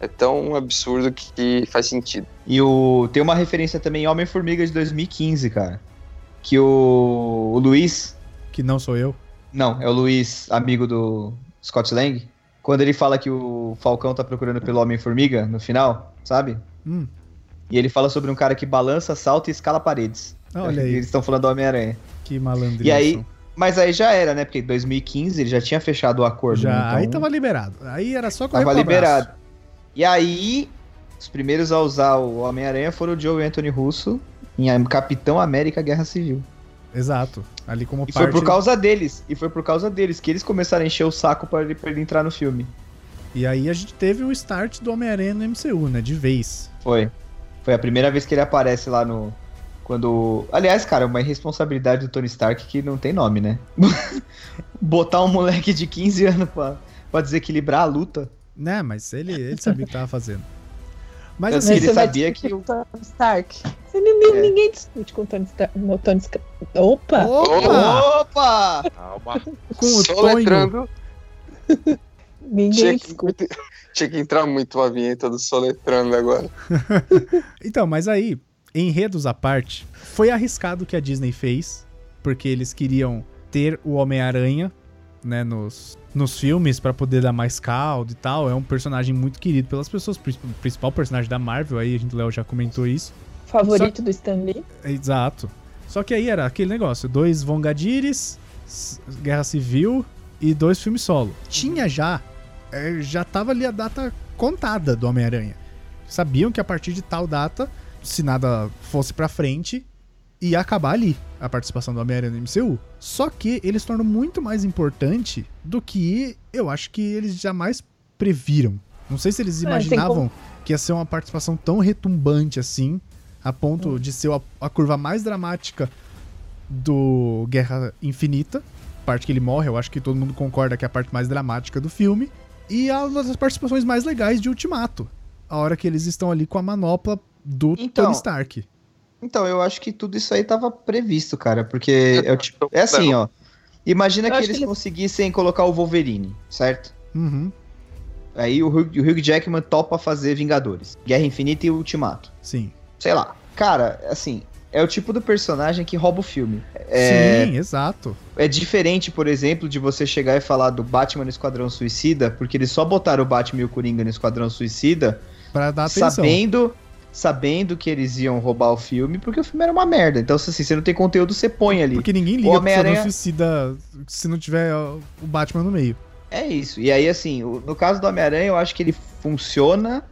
É tão absurdo que, que faz sentido.
E o, tem uma referência também em Homem-Formiga de 2015, cara. Que o, o Luiz.
Que não sou eu.
Não, é o Luiz, amigo do Scott Lang. Quando ele fala que o Falcão tá procurando pelo Homem-Formiga no final, sabe?
Hum.
E ele fala sobre um cara que balança, salta e escala paredes. E
Olha aí,
Eles estão falando do Homem-Aranha.
que malandrinho.
E aí, Mas aí já era, né? Porque em 2015 ele já tinha fechado o acordo.
Já,
né? Então,
aí tava liberado. Aí era só correr
tava
pro abraço.
liberado. E aí, os primeiros a usar o Homem-Aranha foram o Joe e Anthony Russo em Capitão América Guerra Civil.
Exato. Ali como
E
parte. né?
foi por causa deles. E foi por causa deles que eles começaram a encher o saco pra ele, pra ele entrar no filme.
E aí a gente teve o start do Homem-Aranha no MCU, né? De vez.
Foi. Foi a primeira vez que ele aparece lá no. Quando. Aliás, cara, é uma irresponsabilidade do Tony Stark que não tem nome, né? <laughs> Botar um moleque de 15 anos pra, pra desequilibrar a luta.
Né, mas ele, ele sabia o que tava fazendo. Mas
Eu
assim,
sei. ele
você vai
sabia
discutir
que o-
com o Tony Stark. Você nem- nem-
É.
Ninguém discute com o Tony Stark. No Tony Stark. Opa!
opa!
Opa!
Calma.
É Com o
tá
Tonho.
Soletrando.
Ninguém
Tinha que,
discute.
tinha que entrar muito a vinheta do Soletrando agora.
Então, mas aí, enredos à parte, foi arriscado o que a Disney fez, porque eles queriam ter o Homem-Aranha, né, nos, nos filmes pra poder dar mais caldo e tal. É um personagem muito querido pelas pessoas, prin- principal personagem da Marvel, aí a gente, o Léo já comentou isso.
Favorito do Stan Lee.
Exato. Só que aí era aquele negócio: dois Vongadires, s- Guerra Civil e dois filmes solo. Tinha já. é, já tava ali a data contada do Homem-Aranha. Sabiam que a partir de tal data, se nada fosse pra frente, ia acabar ali a participação do Homem-Aranha no MCU. Só que eles tornam muito mais importante do que eu acho que eles jamais previram. Não sei se eles
É, assim como-
imaginavam que ia ser uma participação tão retumbante assim, a
Hum.
ponto de ser a, a curva mais dramática do Guerra Infinita. A parte que ele morre, eu acho que todo mundo concorda que é a parte mais dramática do filme. E a- uma das participações mais legais de Ultimato. A hora que eles estão ali com a manopla do
Então,
Tony Stark.
Então, eu acho que tudo isso aí tava previsto, cara, porque é, o tipo- é assim, ó. Imagina
Eu
que
acho
eles
que ele-
conseguissem colocar o Wolverine, certo?
Uhum,
Aí o Hugh, o Hugh Jackman topa fazer Vingadores, Guerra Infinita e Ultimato.
sim.
Sei lá. Cara, assim, é o tipo do personagem que rouba o filme. É,
Sim, exato.
é diferente, por exemplo, de você chegar e falar do Batman no Esquadrão Suicida, porque eles só botaram o Batman e o Coringa no Esquadrão Suicida
Pra dar atenção.
sabendo sabendo que eles iam roubar o filme, porque o filme era uma merda. Então, se assim, você não tem conteúdo, você põe ali.
Porque ninguém
O
liga pro
Homem-Aranha-
Esquadrão Suicida se não tiver ó, o Batman no meio.
É isso. E aí, assim, o- no caso do Homem-Aranha, eu acho que ele funciona,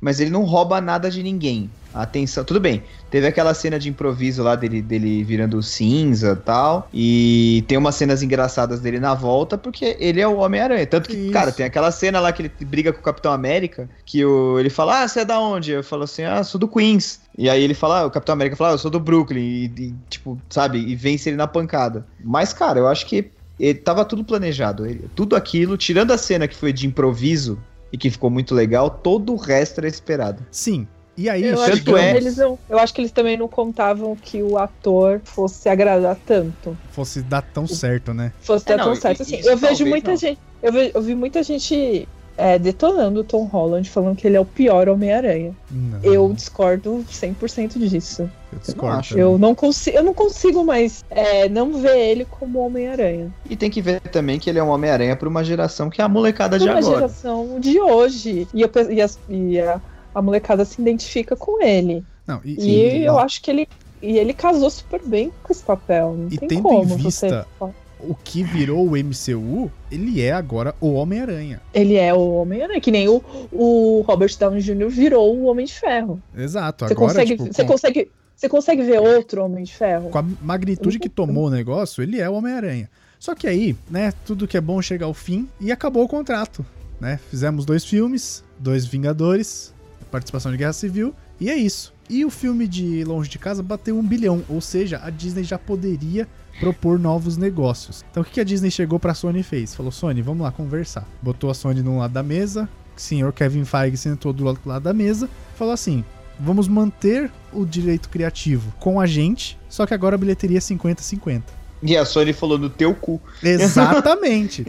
mas ele não rouba nada de ninguém. A Atenção, tudo bem. Teve aquela cena de improviso lá dele, dele virando cinza e tal. E tem umas cenas engraçadas dele na volta, porque ele é o Homem-Aranha. Tanto que,
Isso.
cara, tem aquela cena lá que ele briga com o Capitão América, que o, ele fala, ah, você é da onde? Eu falo assim, ah, sou do Queens. E aí ele fala, o Capitão América fala, ah, eu sou do Brooklyn. E, e, tipo, sabe, e vence ele na pancada. Mas, cara, eu acho que ele tava tudo planejado. Ele- tudo aquilo, tirando a cena que foi de improviso e que ficou muito legal, todo o resto era esperado.
Sim. E aí,
eu,
tanto
acho que
é-
eles não- eu acho que eles também não contavam que o ator fosse agradar tanto.
fosse dar tão certo, né?
Fosse
É,
dar
não,
tão
e-
certo.
e
Assim,
isso
eu vejo
talvez
muita
não.
gente. Eu, ve- eu vi muita gente é, detonando o Tom Holland, falando que ele é o pior Homem-Aranha.
Uhum.
Não,
Eu discordo 100% disso.
eu discordo.
acho.
também.
Eu não, consi eu não consigo mais é, não ver ele como Homem-Aranha.
E tem que ver também que ele é um Homem-Aranha pra uma geração que é a molecada de
Uma
agora.
geração de hoje. E, eu pe- e as- e a, a molecada se identifica com ele.
Não, e,
e eu
não.
acho que ele. E ele casou super bem com esse papel. Não
E
tem
tendo
como
em vista-
você.
o que virou o MCU, ele é agora o Homem-Aranha.
Ele é o Homem-Aranha, que nem o, o Robert Downey Jr. virou o Homem de Ferro.
Exato.
Você
agora,
consegue,
tipo,
você,
com,
consegue, você consegue ver outro Homem de Ferro?
com a magnitude que tomou o negócio, ele é o Homem-Aranha. Só que aí, né, tudo que é bom chega ao fim e acabou o contrato, né? Fizemos dois filmes, dois Vingadores, participação de Guerra Civil, e é isso. E o filme de Longe de Casa bateu um bilhão, ou seja, a Disney já poderia propor novos negócios. Então o que que a Disney chegou pra Sony e fez? Falou, Sony, vamos lá conversar. Botou a Sony num lado da mesa, o senhor Kevin Feige sentou do outro lado da mesa, falou assim, vamos manter o direito criativo com a gente, só que agora a bilheteria é 50-50.
E a Sony falou no teu cu.
Exatamente.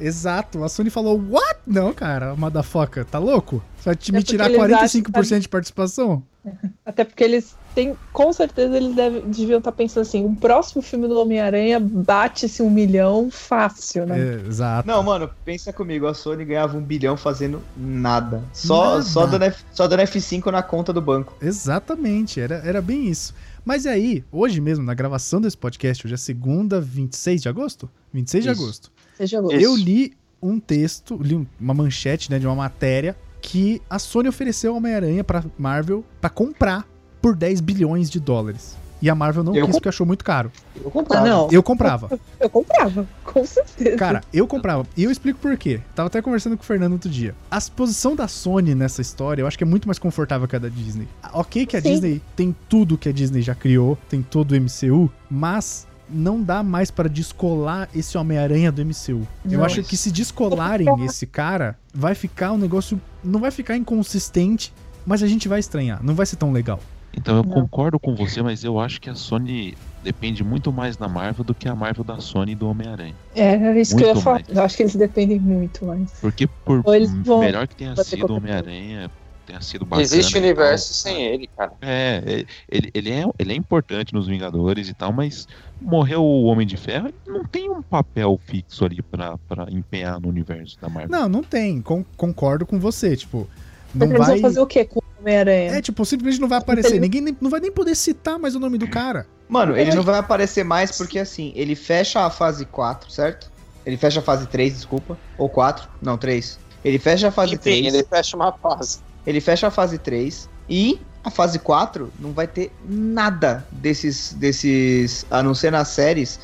Exato. A Sony falou, what? Não, cara, motherfucker, tá louco? Você vai te-
É
me
porque
tirar
eles
45% de participação?
Até porque eles têm. Com certeza eles deve- deviam estar pensando assim: o próximo filme do Homem-Aranha bate-se um milhão fácil, né?
É, Exato.
Não, mano, pensa comigo, a Sony ganhava um bilhão fazendo nada. Só,
Nada.
Só, dando F, só dando F5 na conta do banco.
Exatamente, era, era bem isso. Mas e aí, hoje mesmo, na gravação desse podcast, hoje é segunda, 26 de agosto? 26 de
Isso.
agosto.
Seja louco.
É.
Isso.
Eu li um texto, li um- uma manchete, né, de uma matéria que a Sony ofereceu ao Homem-Aranha pra Marvel pra comprar por 10 bilhões de dólares. E a Marvel não
Eu comp-
quis porque achou muito caro.
Eu comprava.
não.
Eu comprava.
Eu comprava, com certeza.
Cara, eu comprava. E eu explico por quê. Tava até conversando com o Fernando outro dia. A posição da Sony nessa história, eu acho que é muito mais confortável que a da Disney. Ah, Ok que a
Sim.
Disney tem tudo que a Disney já criou, tem todo o MCU, mas não dá mais pra descolar esse Homem-Aranha do MCU. eu
Não.
acho que se descolarem esse cara, vai ficar um negócio... Não vai ficar inconsistente, mas a gente vai estranhar. Não vai ser tão legal.
Então eu
Não.
concordo com você, mas eu acho que a Sony depende muito mais da Marvel do que a Marvel da Sony e do Homem-Aranha.
É, era isso que eu ia
Muito
falar.
mais.
Eu acho que eles dependem muito mais.
Porque por
Ou eles vão
melhor que tenha
fazer
sido o
qualquer
Homem-Aranha, tenha sido bacana.
então.
Existe
e tal,
universo sem ele, cara.
É, é, ele, ele é, ele é importante nos Vingadores e tal, mas morreu o Homem de Ferro, ele não tem um papel fixo ali pra, pra empenhar no universo da Marvel.
Não, não tem. Con- concordo com você. Tipo, não
Mas eles
vai...
vão fazer o quê com o Homem-Aranha?
É, tipo, simplesmente não vai aparecer.
Entendeu?
Ninguém nem- não vai nem poder citar mais o nome do cara.
Mano, ele não vai aparecer mais porque assim, ele fecha a fase 4, certo? Ele fecha a fase 3, desculpa. Ou 4, não, 3. Ele fecha a fase
Enfim,
3.
ele fecha uma fase.
Ele fecha a fase 3 e a fase 4 não vai ter nada desses desses, a não ser nas séries,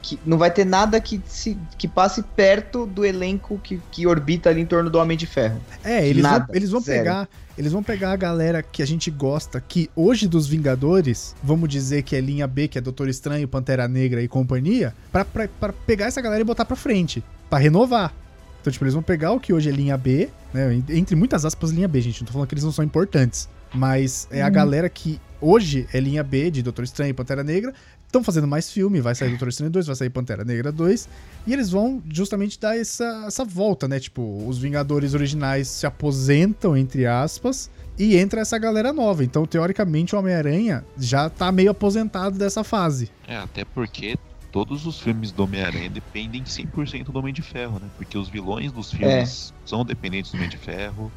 que não vai ter nada que se que passe perto do elenco que, que orbita ali em torno do Homem de Ferro.
É, eles
Nada,
vão, eles vão
zero.
pegar, eles vão pegar a galera que a gente gosta, que hoje dos Vingadores, vamos dizer que é linha B, que é Doutor Estranho, Pantera Negra e companhia, pra, pra, pra pegar essa galera e botar pra frente, pra renovar. Então, tipo, eles vão pegar o que hoje é linha B, né, en- entre muitas aspas linha B, gente, não tô falando que eles não são importantes, mas é a
Uhum.
galera que hoje é linha B de Doutor Estranho e Pantera Negra, estão fazendo mais filme, vai sair Doutor Estranho 2, vai sair Pantera Negra 2, e eles vão justamente dar essa, essa volta, né? Tipo, os Vingadores originais se aposentam, entre aspas, e entra essa galera nova. Então, teoricamente, o Homem-Aranha já tá meio aposentado dessa fase.
É, até porque todos os filmes do Homem-Aranha dependem 100% do Homem de Ferro, né? Porque os vilões dos filmes são dependentes do Homem de Ferro.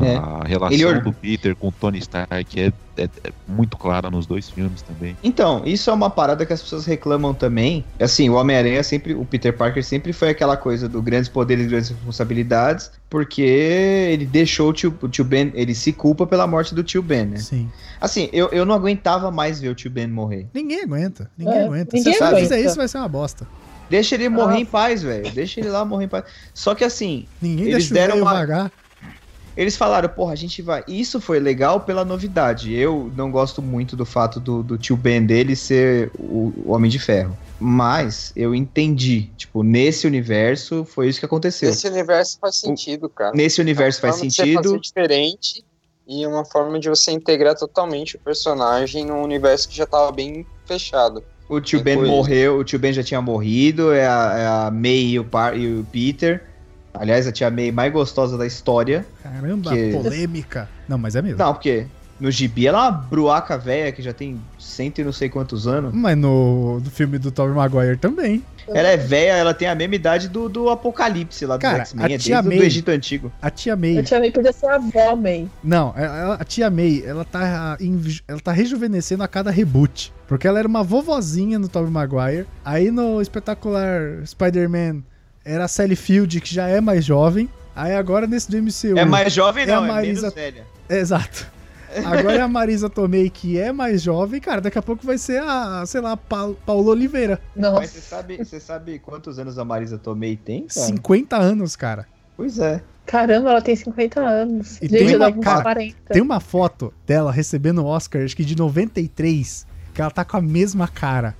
É.
A relação
Ele or-
do Peter com o Tony Stark é, é- é muito clara nos dois filmes também.
Então, isso é uma parada que as pessoas reclamam também. Assim, o Homem-Aranha sempre, o Peter Parker sempre foi aquela coisa do grandes poderes e grandes responsabilidades, porque ele deixou o tio, o tio Ben, ele se culpa pela morte do tio Ben, né?
Sim.
Assim, eu, eu não aguentava mais ver o tio Ben morrer.
Ninguém aguenta. Ninguém
É,
aguenta.
ninguém
Se você
aguenta.
fizer isso, vai ser uma bosta.
Deixa ele morrer
Ah.
em paz, velho. Deixa ele lá morrer em paz. Só que assim,
Ninguém
Eles
deixa o
deram
velho
uma-
vagar.
Eles falaram, porra, a gente vai. Isso foi legal pela novidade. Eu não gosto muito do fato do, do tio Ben dele ser o, o Homem de Ferro. Mas eu entendi. Tipo, nesse universo foi isso que aconteceu.
Esse universo faz sentido, cara.
Nesse universo faz
forma de você fazer
sentido.
diferente e uma forma de você integrar totalmente o personagem num universo que já tava bem fechado.
O tio Ben
Depois-
morreu, o tio Ben já tinha morrido, é a, é a May e o, Par- e o Peter. Aliás, a tia May mais gostosa da história.
Caramba,
Que-
polêmica. Não, mas é mesmo.
Não, porque no gibi ela é uma bruaca velha que já tem cento e não sei quantos anos.
Mas no, no filme do Tobey Maguire também.
Ela é velha, ela tem a mesma idade do, do Apocalipse lá do
Cara,
X-Men, é
a
desde
tia
do
May-
Egito Antigo.
A tia May.
Eu te amei podia ser a avó, May.
Não, ela- a tia May, ela tá, em- ela tá rejuvenescendo a cada reboot. Porque ela era uma vovozinha no Tobey Maguire. Aí no espetacular Spider-Man era a Sally Field, que já é mais jovem. Aí agora nesse do MCU.
É mais jovem,
É
não,
a
é,
Marisa-
menos velha.
É, Exato. Agora é a Marisa Tomei, que é mais jovem. Cara, daqui a pouco vai ser a, sei lá, a Pa- Paula Oliveira.
Nossa.
Mas você sabe, você sabe quantos anos a Marisa Tomei tem, cara?
50 anos, cara.
Pois é.
Caramba, ela tem 50 anos.
E
Gente,
tem uma
ela tem
cara-
40.
Tem uma foto dela recebendo o Oscar, acho que de 93, que ela tá com a mesma cara.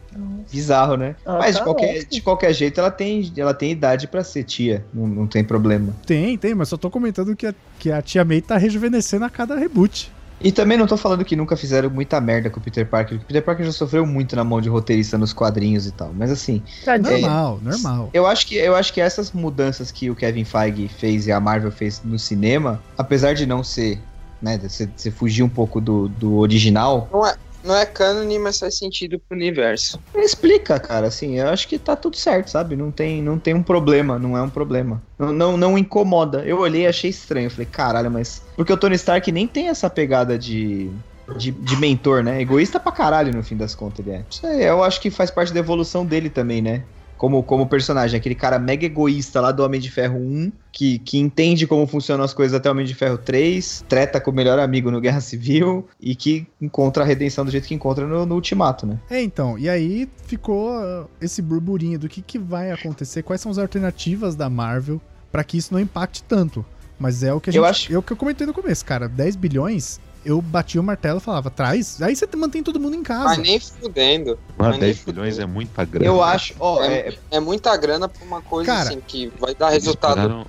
Bizarro, né?
Ela
Mas
tá
de qualquer,
ótima.
de qualquer jeito, ela tem, ela tem idade pra ser tia. Não, não tem problema.
Tem, tem, mas só tô comentando que a, que a tia May tá rejuvenescendo a cada reboot.
E também não tô falando que nunca fizeram muita merda com o Peter Parker. porque O Peter Parker já sofreu muito na mão de roteirista nos quadrinhos e tal. Mas assim,
um
Tadinha.
Normal, normal.
Eu acho que eu acho que essas mudanças que o Kevin Feige fez e a Marvel fez no cinema, apesar de não ser, né, de você você fugir um pouco do, do original,
Não é, não é cânone, mas faz sentido pro universo.
explica, cara, assim, eu acho que tá tudo certo, sabe? Não tem, não tem um problema, não é um problema. Não, não, não incomoda. Eu olhei e achei estranho, eu falei, caralho, mas porque o Tony Stark nem tem essa pegada de de, de mentor, né? Egoísta pra caralho, no fim das contas, ele é. Isso aí, eu acho que faz parte da evolução dele também, né? como, como personagem, aquele cara mega egoísta lá do Homem de Ferro 1, que, que entende como funcionam as coisas até o Homem de Ferro 3, treta com o melhor amigo no Guerra Civil e que encontra a redenção do jeito que encontra no, no Ultimato, né?
É, então, e aí ficou uh, esse burburinho do que, que vai acontecer, quais são as alternativas da Marvel pra que isso não impacte tanto. Mas é o que a gente,
Eu acho-
é o que eu comentei no começo, cara, 10 bilhões, eu bati o martelo e falava, traz, aí você mantém todo mundo em
Mas
casa.
nem fudendo.
Mano,
Mas
10
nem
bilhões é muita grana.
Eu acho, ó, é,
É muita grana pra uma coisa
Cara,
assim que vai dar
Eles
resultado.
pagaram-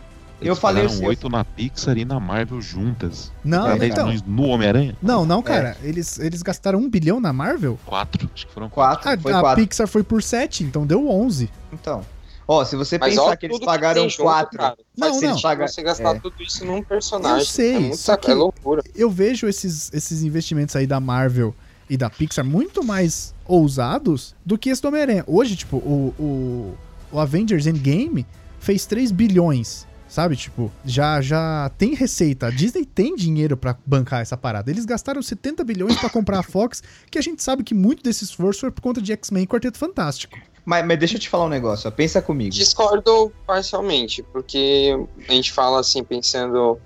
Eu
Eles
falei
pagaram
assim, eu-
8 na Pixar e na Marvel juntas.
Não,
Pra
é,
10
então,
bilhões no Homem-Aranha?
não, não, cara, eles, eles gastaram 1 bilhão na Marvel?
4, acho que foram 4.
quatro,
A,
foi
a
quatro.
Pixar foi por 7, então deu 11.
Então. Ó, se você
Mas
pensar
olha
que eles
tudo
pagaram
tem junto,
quatro.
cara.
Não,
Faz
não.
sentido
Paga-
Você gastar
é.
tudo isso num personagem.
Eu sei,
é muita-
só que-
é loucura.
eu vejo esses, esses investimentos aí da Marvel e da Pixar muito mais ousados do que esse do Homem-Aranha. Hoje, tipo, o, o, o Avengers Endgame fez 3 bilhões, sabe? Tipo, já, já tem receita. A Disney tem dinheiro pra bancar essa parada. Eles gastaram 70 bilhões pra comprar a Fox, que a gente sabe que muito desse esforço foi por conta de X-Men e Quarteto Fantástico.
Mas, mas deixa eu te falar um negócio, ó, pensa comigo.
Discordo parcialmente, porque a gente fala assim, pensando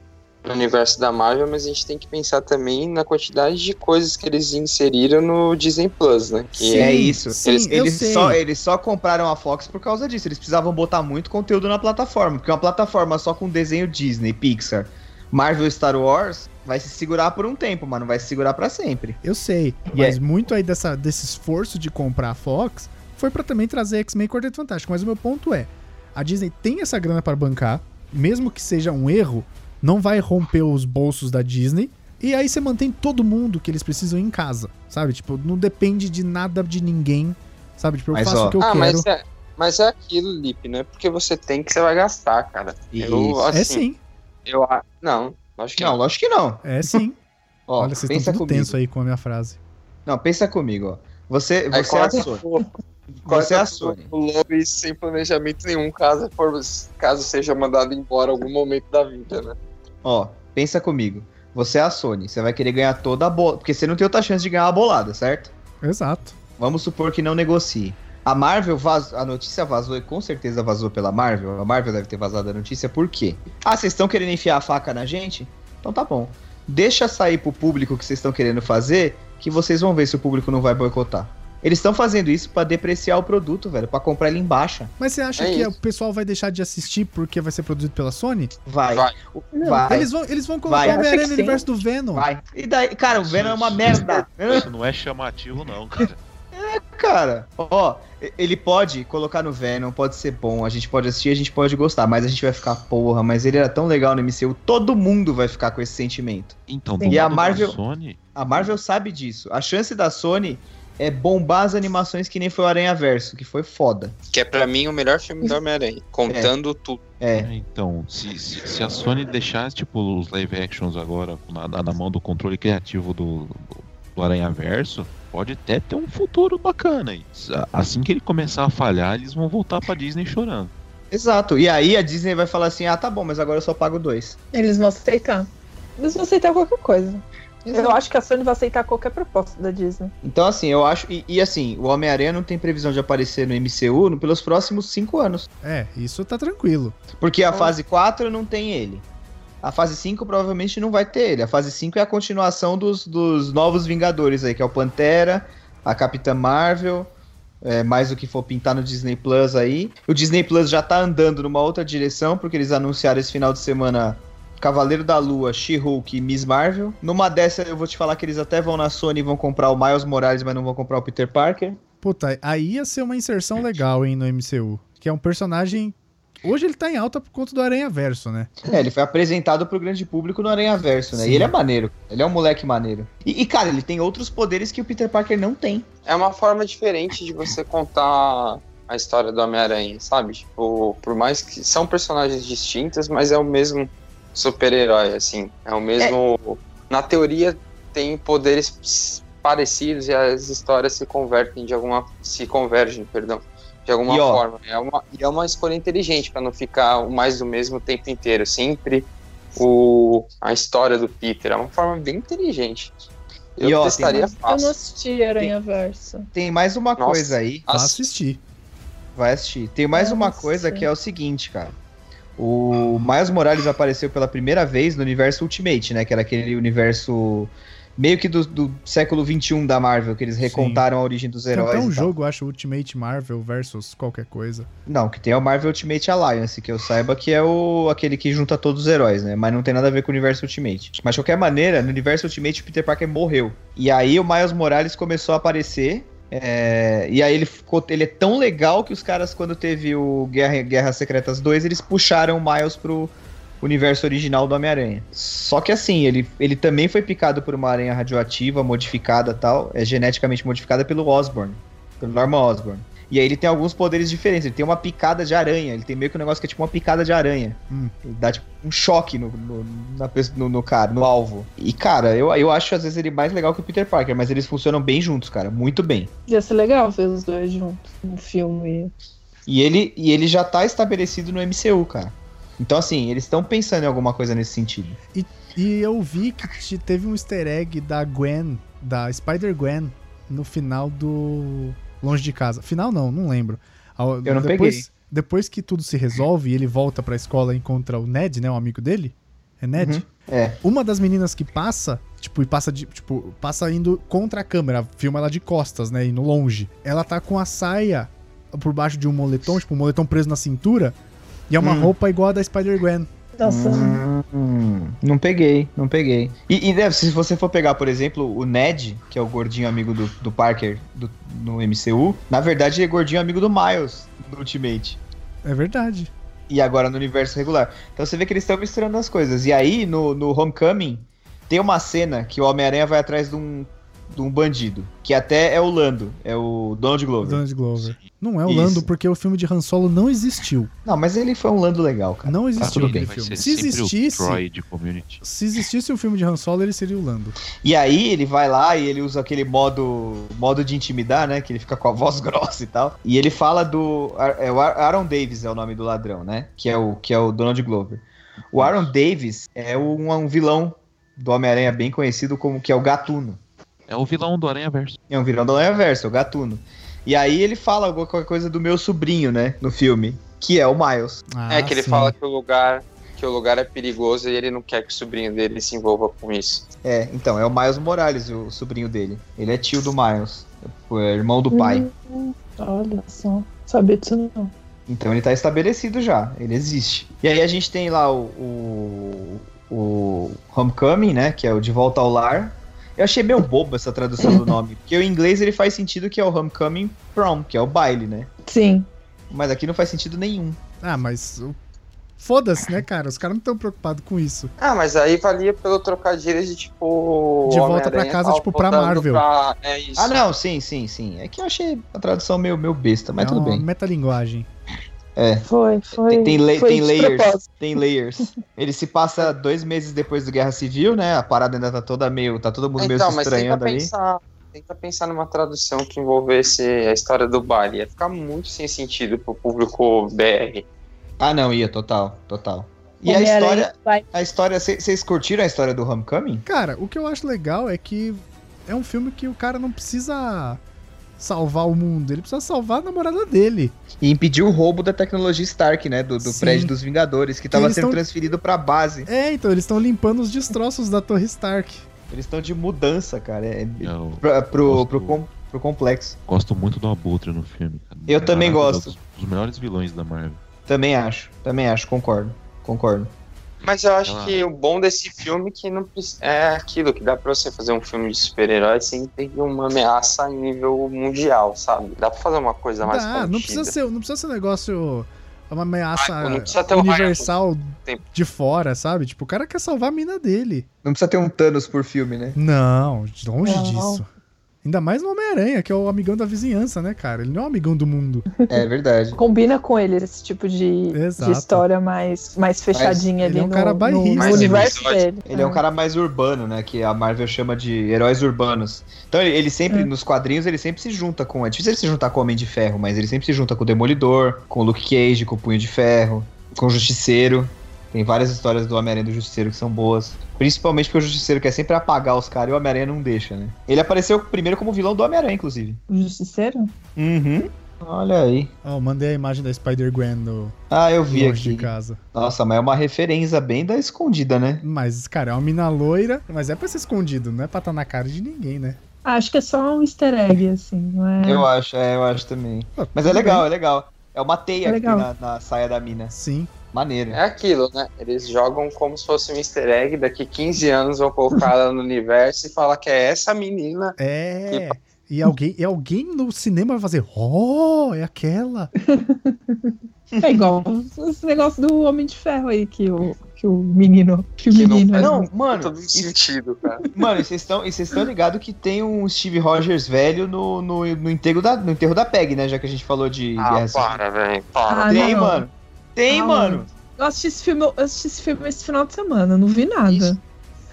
no universo da Marvel, mas a gente tem que pensar também na quantidade de coisas que eles inseriram no Disney Plus, né? Que
Sim,
é isso.
sim,
eles,
eu
eles
sei.
só, eles só compraram a Fox por causa disso. Eles precisavam botar muito conteúdo na plataforma. Porque uma plataforma só com desenho Disney, Pixar, Marvel Star Wars vai se segurar por um tempo, mas não vai se segurar pra sempre.
Eu sei,
E é.
mas muito aí dessa, desse esforço de comprar a Fox foi pra também trazer X-Men e Quarteto Fantástico. Mas o meu ponto é, a Disney tem essa grana pra bancar, mesmo que seja um erro, não vai romper os bolsos da Disney. E aí você mantém todo mundo que eles precisam em casa, sabe? Tipo, não depende de nada de ninguém, sabe? Tipo, eu
Mas,
faço
ó,
o que eu
ah,
quero.
mas é, mas é aquilo, Lipe, né? Porque você tem que você vai gastar, cara. Eu,
Isso.
assim,
É sim,
Eu a- não, acho que
Não,
não.
lógico que não.
é sim.
<laughs>
Ó,
Olha, vocês
pensa
estão tudo
comigo.
tenso aí com a minha frase.
Não, pensa comigo, ó. Você,
Aí
você é a
corta
Sony.
pro-
Você é a
corta
Sony.
pro Lobo sem planejamento nenhum, caso for- caso seja mandado embora em algum momento da vida, né?
Ó, pensa comigo. Você é a Sony. Você vai querer ganhar toda a bola. Porque você não tem outra chance de ganhar a bolada, certo?
Exato.
Vamos supor que não negocie. A Marvel vazou, a notícia vazou e com certeza vazou pela Marvel. A Marvel deve ter vazado a notícia, por quê? Ah, vocês estão querendo enfiar a faca na gente? Então tá bom. Deixa sair pro público o que vocês estão querendo fazer, que vocês vão ver se o público não vai boicotar. Eles estão fazendo isso pra depreciar o produto, velho, pra comprar ele em baixa.
Mas você acha
É
que
isso.
o pessoal vai deixar de assistir porque vai ser produzido pela Sony?
Vai.
Vai.
Não,
Vai.
Eles vão, eles vão
Vai.
colocar o Homem-Aranha
Acho
no
que sim.
universo do Venom.
Vai. E daí, cara, o Venom é uma merda.
<laughs> Isso não é chamativo, não, cara.
Cara, ó, ele pode colocar no Venom, pode ser bom, a gente pode assistir, a gente pode gostar, mas a gente vai ficar, porra, mas ele era tão legal no MCU, todo mundo vai ficar com esse sentimento.
Então,
Sim.
do
E a
lado da
Marvel-
Sony,
A Marvel sabe disso. A chance da Sony é bombar as animações que nem foi o Aranha Verso, que foi foda.
Que é pra mim o melhor
<laughs>
filme do Homem-Aranha. Contando tudo.
É.
né, então, se, se, se a Sony deixasse, tipo, os live actions agora na, na mão do controle criativo do, do, do Aranha Verso, pode até ter um futuro bacana aí. A- Assim que ele começar a falhar, eles vão voltar pra Disney chorando.
Exato. E aí a Disney vai falar assim: ah, tá bom, mas agora eu só pago dois.
Eles vão aceitar. Eles vão aceitar qualquer coisa. Eu acho que a Sony vai aceitar qualquer proposta da Disney.
Então, assim, eu acho. E, e, assim, o Homem-Aranha não tem previsão de aparecer no MCU no- pelos próximos cinco anos.
É, isso tá tranquilo.
Porque a
Ah.
fase 4 não tem ele. A fase 5 provavelmente não vai ter ele. A fase 5 é a continuação dos, dos novos Vingadores aí, que é o Pantera, a Capitã Marvel, é, mais o que for pintar no Disney Plus aí. O Disney Plus já tá andando numa outra direção, porque eles anunciaram esse final de semana Cavaleiro da Lua, She-Hulk e Miss Marvel. Numa dessa eu vou te falar que eles até vão na Sony e vão comprar o Miles Morales, mas não vão comprar o Peter Parker.
Puta, aí ia ser uma inserção legal, hein, no MCU. Que é um personagem. Hoje ele tá em alta por conta do Aranha Verso, né?
É, ele foi apresentado pro grande público no Aranha Verso, né?
Sim.
E ele é maneiro. Ele é um moleque maneiro. E, e, cara, ele tem outros poderes que o Peter Parker não tem.
É uma forma diferente de você contar a história do Homem-Aranha, sabe? Tipo, por mais que são personagens distintas, mas é o mesmo super-herói, assim. É o mesmo. Na teoria, tem poderes ps- parecidos e as histórias se convertem de alguma. se convergem, perdão. De alguma
E, ó,
forma. É uma, e é uma escolha inteligente pra não ficar o mais do mesmo o tempo inteiro. Sempre o, a história do Peter. É uma forma bem inteligente. Eu
E, ó, tem
testaria
Eu não
fácil.
assisti Aranha Verso.
Tem mais uma
Nossa.
coisa aí.
Vá
As-
assistir.
Vai assistir. Tem mais
Eu
uma
não
coisa
sei.
que é o seguinte, cara. O Miles Morales apareceu pela primeira vez no universo Ultimate, né? Que era aquele universo meio que do, do século XXI da Marvel, que eles recontaram a origem dos
Tem
heróis.
até um
e tal.
jogo, eu acho, Ultimate Marvel versus qualquer coisa.
Não, que tem o Marvel Ultimate Alliance, que eu saiba que é o aquele que junta todos os heróis, né? Mas não tem nada a ver com o universo Ultimate. Mas de qualquer maneira, no universo Ultimate, o Peter Parker morreu. E aí o Miles Morales começou a aparecer. é, E aí ele ficou. Ele é tão legal que os caras, quando teve o Guerra, Guerra Secretas 2, eles puxaram o Miles pro universo original do Homem-Aranha. Só que assim, ele, ele também foi picado por uma aranha radioativa, modificada tal, é geneticamente modificada pelo Osborn. Pelo Norman Osborn. E aí ele tem alguns poderes diferentes. Ele tem uma picada de aranha. Ele tem meio que um negócio que é tipo uma picada de aranha.
Hum.
Ele dá tipo um choque no, no, na pe- no, no cara, no alvo. E cara, eu, eu acho às vezes ele mais legal que o Peter Parker, mas eles funcionam bem juntos, cara. Muito bem.
Ia ser legal ver os dois juntos no filme.
E ele, e ele já tá estabelecido no MCU, cara. Então, assim, eles estão pensando em alguma coisa nesse sentido.
E eu vi que te- teve um easter egg da Gwen, da Spider-Gwen, no final do Longe de Casa. Final não, não lembro. Ao-
Eu não
depois,
peguei.
Depois que tudo se resolve e ele volta pra escola e encontra o Ned, né, o amigo dele? É Ned?
Uhum, é.
Uma das meninas que passa, tipo, e passa de, tipo, passa indo contra a câmera, filma ela de costas, né, indo longe. Ela tá com a saia por baixo de um moletom, tipo, um moletom preso na cintura, e é uma
Hum.
roupa igual a da Spider-Gwen.
Nossa,
Hum, não peguei, não peguei. E, e, né, se você for pegar, por exemplo, o Ned, que é o gordinho amigo do, do Parker do- no MCU, na verdade ele é gordinho amigo do Miles do Ultimate.
É verdade.
E agora no universo regular. Então você vê que eles estão misturando as coisas. E aí, no, no Homecoming, tem uma cena que o Homem-Aranha vai atrás de um, de um bandido. Que até é o Lando, é o Donald
O
Glover.
Donald Glover. Não é o
Isso.
Lando, porque o filme de Han Solo não existiu.
Não, mas ele foi um Lando legal, cara.
Não
Tá
existiu
tudo bem.
aquele
Vai
filme.
ser
Se
sempre
existisse,
o Troy de Community.
se existisse o filme de Han Solo, ele seria o Lando.
E aí ele vai lá e ele usa aquele modo modo de intimidar, né? Que ele fica com a voz <laughs> grossa e tal. E ele fala do Ar- é o Ar- Aaron Davis é o nome do ladrão, né? Que é o que é o Donald Glover. O Aaron Davis é um, um vilão do Homem-Aranha bem conhecido como que é o Gatuno.
É o vilão do Aranha Verso.
É um vilão do Homem-Verso, é o Gatuno. E aí ele fala alguma coisa do meu sobrinho, né? No filme, que é o Miles.
Ah,
É que ele
sim.
fala que o lugar que o lugar é perigoso e ele não quer que o sobrinho dele se envolva com isso.
É, então, é o Miles Morales, o sobrinho dele. Ele é tio do Miles, é irmão do pai.
olha só. Saber disso não.
Então ele tá estabelecido já, ele existe. E aí a gente tem lá o, o, o Homecoming, né? Que é o De Volta ao Lar. Eu achei meio bobo essa tradução do
<laughs>
nome, porque em inglês ele faz sentido que é o Homecoming Prom, que é o baile, né?
Sim.
Mas aqui não faz sentido nenhum.
Ah, mas. o- Foda-se, né, cara? Os caras não estão preocupados com isso.
Ah, mas aí valia pelo trocadilho de tipo.
De
o
volta pra
Homem-Aranha
casa,
tá
tipo, pra
voltando
Marvel.
pra- É isso.
Ah, não, sim, sim, sim. É que eu achei a tradução meio, meio besta, mas
é
tudo
uma
bem.
metalinguagem.
Foi, foi.
Tem- tem lei-
foi
tem
de
layers.
propósito.
Tem layers. ele se passa dois meses depois do Guerra Civil, né? A parada ainda tá toda meio. tá todo mundo meio
Então,
se
mas tenta
estranhando ali.
pensar, tenta pensar numa tradução que envolvesse a história do baile. Ia ficar muito sem sentido pro público BR.
Ah, não, ia, total, total. E a
Homem-Aranha
história.
vai-
A história, vocês curtiram a história do Homecoming?
Cara, o que eu acho legal é que é um filme que o cara não precisa salvar o mundo, ele precisa salvar a namorada dele.
E impediu o roubo da tecnologia Stark, né? Do, do
Sim.
prédio dos Vingadores, que tava
eles
sendo
tão-
transferido pra base.
É, então, eles estão limpando os destroços da Torre Stark.
Eles estão de mudança, cara. É, é-
Eu
pra- pro,
Gosto.
pro, com- pro complexo.
gosto muito do Abutre no filme. cara.
Eu também gosto.
é um Dos, dos melhores vilões da Marvel.
Também acho, também acho, concordo. Concordo.
Mas eu acho
Ah.
que o bom desse filme é que não preci- é aquilo que dá pra você fazer um filme de super-herói sem ter uma ameaça a nível mundial, sabe? Dá pra fazer uma coisa é mais
Dá, não
contida.
precisa ser, não precisa ser um negócio uma ameaça
Ah, não precisa ter um
universal
tempo.
de fora, sabe? Tipo, o cara quer salvar a mina dele.
Não precisa ter um Thanos por filme, <laughs> né?
Não, de longe
Não.
disso. Ainda mais no Homem-Aranha, que é o amigão da vizinhança, né, cara? Ele não é um amigão do mundo.
É verdade.
Combina com ele esse tipo de,
Exato.
de história mais, mais
Mas
fechadinha
ele
ali
é um
no,
cara
no-
bairrista,
no
né?
universo
Mas é
dele. Ah,
Ele é um cara mais urbano, né? Que a Marvel chama de heróis urbanos. Então ele, ele sempre, nos quadrinhos, ele sempre se junta com. É difícil ele se juntar com o Homem de Ferro, mas ele sempre se junta com o Demolidor, com o Luke Cage, com o Punho de Ferro, com o Justiceiro. Tem várias histórias do Homem-Aranha e do Justiceiro que são boas. Principalmente porque o Justiceiro quer sempre apagar os caras e o Homem-Aranha não deixa, né? Ele apareceu primeiro como vilão do Homem-Aranha, inclusive.
Justiceiro?
Uhum. Olha aí.
<laughs> Ó, mandei a imagem da Spider-Gwen no
Ah, eu vi
longe
aqui.
de casa.
Nossa, mas é uma referência bem da escondida, né?
Mas, cara, é uma mina loira, mas é pra ser escondido, não é pra estar na cara de ninguém, né?
Acho que é só um easter egg, assim, não é? Ah,
Eu acho, é, eu acho também.
Pô,
Mas é
tudo
legal,
bem.
é legal. É uma teia
É
que tem
legal.
na, na saia da mina.
Sim.
Maneiro.
É aquilo, né? Eles jogam como se fosse um easter egg, daqui 15 anos vão
<laughs>
colocar ela no universo e falar que é essa menina.
É. E alguém, e alguém no cinema vai fazer, oh, é aquela.
É igual esse negócio do Homem de Ferro aí, que o, que o menino. Que o
Que não
menino.
faz
Não, mano,
todo
e-
sentido,
<laughs>
cara.
mano, e vocês estão, e vocês estão ligados que tem um Steve Rogers velho no, no, no enterro da, no enterro da PEG, né? Já que a gente falou de
Ah,
guerra civil.
para, velho. Para.
Ah,
Tem,
não.
mano. Tem,
Ah,
mano.
Eu assisti esse filme, eu assisti esse filme esse final de semana, eu não vi nada.
Isso.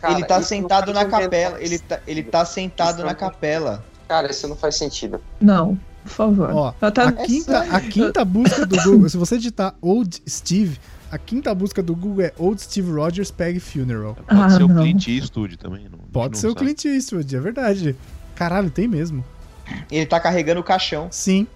Cara,
ele tá
isso não
sentado
faz
na
o menor
capela. Ele tá, ele tá sentado
Isso
na
não-
capela.
Cara, isso não faz sentido.
Não, por favor.
Ó,
Ela tá-
a quinta, a quinta busca do Google, se você digitar Old Steve, a quinta busca do Google é Old Steve Rogers Peg Funeral.
Pode
Ah,
ser o
não.
Clint Eastwood também. Não,
Pode
não
ser o
sabe.
Clint Eastwood, é verdade. Caralho, tem mesmo.
Ele tá carregando o caixão.
Sim.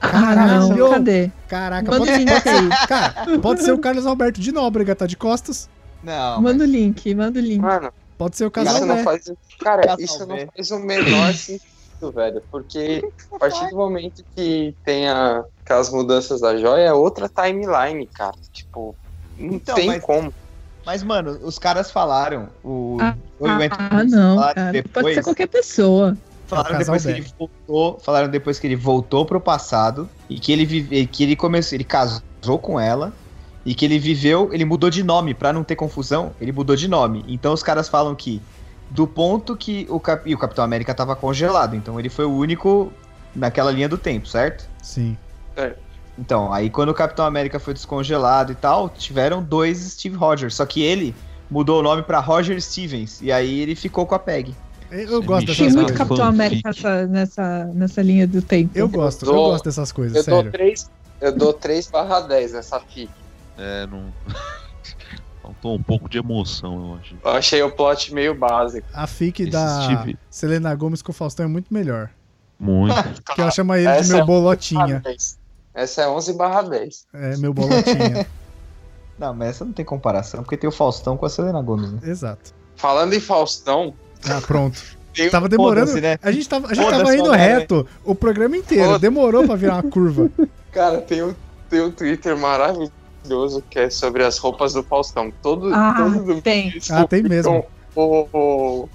Ah, não,
Caralho.
cadê?
Caraca,
Manda
pode,
o link aí.
cara, pode ser o Carlos Alberto de Nóbrega, tá de costas.
Não.
Manda o link, manda o link.
Mano,
Pode ser o
isso não
Casalberto.
faz. Cara,
Casal
isso não
Bé.
faz o menor sentido, velho. Porque a partir do momento que tem a- aquelas mudanças da joia, é outra timeline, cara. Tipo, não
Então,
tem
mas-
como.
Mas, mano, os caras falaram. O,
Ah,
o Andrew
Ah,
Wilson
não,
falaram
cara. Pode
Depois,
ser qualquer pessoa.
falaram
É o
depois que
Casal
ele voltou. Falaram depois que ele voltou pro passado e que ele vive, que ele começou, ele casou com ela. E que ele viveu, ele mudou de nome, pra não ter confusão, ele mudou de nome. Então os caras falam que do ponto que o, Cap- e o Capitão América tava congelado, então ele foi o único naquela linha do tempo, certo?
Sim.
Então, aí quando o Capitão América foi descongelado e tal, tiveram dois Steve Rogers. Só que ele mudou o nome pra Roger Stevens. E aí ele ficou com a PEG.
Eu
Sim,
gosto
Tem
Michel.
dessas
muito
Essas coisas.
coisas.
Capitão América
Fanfic.
nessa, nessa, nessa linha do tempo.
Eu gosto, eu
dou-
gosto dessas coisas,
Eu dou
sério.
3. Eu dou 3 barra 10 nessa fic.
É, não. <laughs> Faltou um pouco de emoção, eu acho.
Eu achei o plot meio básico.
A fic
Esse
da
Steve-
Selena Gomes com o Faustão é muito melhor.
Ah,
Muito.
Que ela chama ele de
Essa
meu
é-
bolotinha.
10. Essa é 11 barra 10.
É, meu
<laughs>
bolotinha.
Não, mas essa não tem comparação, porque tem o Faustão com a Selena Gomes, né?
Exato.
Falando em Faustão,
Ah, pronto.
tem um
Tava demorando.
Foda-se, né?
A gente tava, a gente
Foda-se,
tava indo
né,
reto o programa inteiro.
Foda-se.
Demorou pra virar uma
<laughs>
curva.
Cara, tem um, tem um Twitter maravilhoso que é sobre as roupas do Faustão. Todo,
Ah,
todo domingo
tem.
eles
Ah, tem mesmo.
publicam o- o-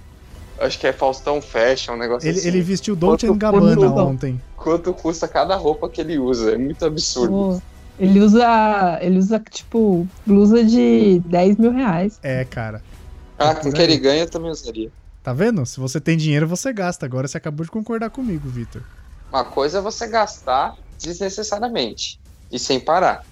acho que é Faustão Fashion, um negócio
Ele,
assim.
ele vestiu Dolce
Quanto-
Gabbana
quanto-
ontem.
Quanto custa cada roupa que ele usa? É muito absurdo.
Pô, ele usa. Ele usa, tipo, blusa de 10 mil reais.
É, cara.
ah, com o que ele ganha eu também usaria.
Tá vendo? Se você tem dinheiro, você gasta. Agora você acabou de concordar comigo, Vitor.
Uma coisa é você gastar desnecessariamente e sem parar.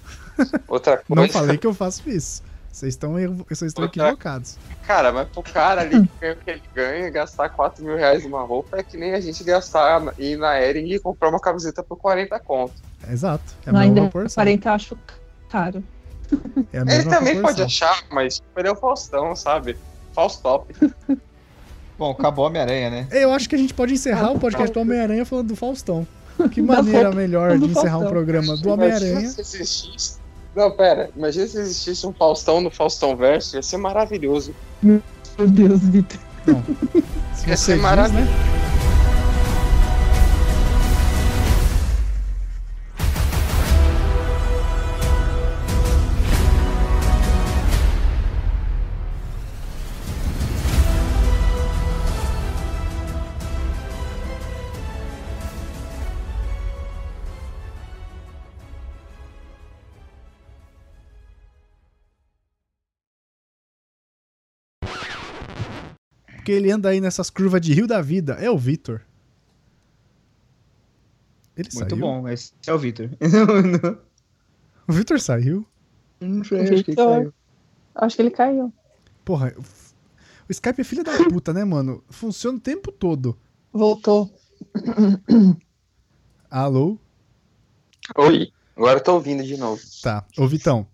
Outra
<laughs>
coisa.
Não falei que eu faço isso. Vocês estão erro- vocês estão
Outra-
equivocados.
Cara, mas pro cara ali que ganha o que ele ganha, gastar 4 mil reais numa roupa é que nem a gente gastar ir na Ering e comprar uma camiseta por 40 conto.
Exato. É a
Não,
mesma
ainda
proporção.
40 eu acho caro.
É a
Ele
mesma
também pode
proporção.
achar, mas tipo, ele é o Faustão, sabe? Faustop.
Bom, acabou a Homem-Aranha, né?
Eu acho que a gente pode encerrar o podcast do Homem-Aranha falando do
<laughs>
Faustão. Que maneira melhor
do
de encerrar um
Faustão.
programa do
Imagina
Homem-Aranha.
se existisse. Não, pera. Imagina se existisse um Faustão no Faustão Verso, ia ser maravilhoso.
Meu Deus, Vitor.
Se você
Ia ser
diz,
maravilhoso.
né? Porque ele anda aí nessas curvas de Rio da Vida. É o Vitor. Ele
Muito
saiu.
bom, esse é o Victor.
O Vitor saiu.
não
<laughs> acho que ele Victor. saiu. Acho que ele caiu.
Porra, o f- o Skype é filha da puta, né, mano? Funciona o tempo todo.
Voltou.
Alô?
Oi. Agora eu tô ouvindo de novo.
Tá. Ô, Vitão.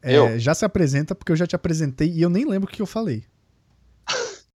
É,
Eu?
Já se apresenta, porque eu já te apresentei e eu nem lembro o que eu falei.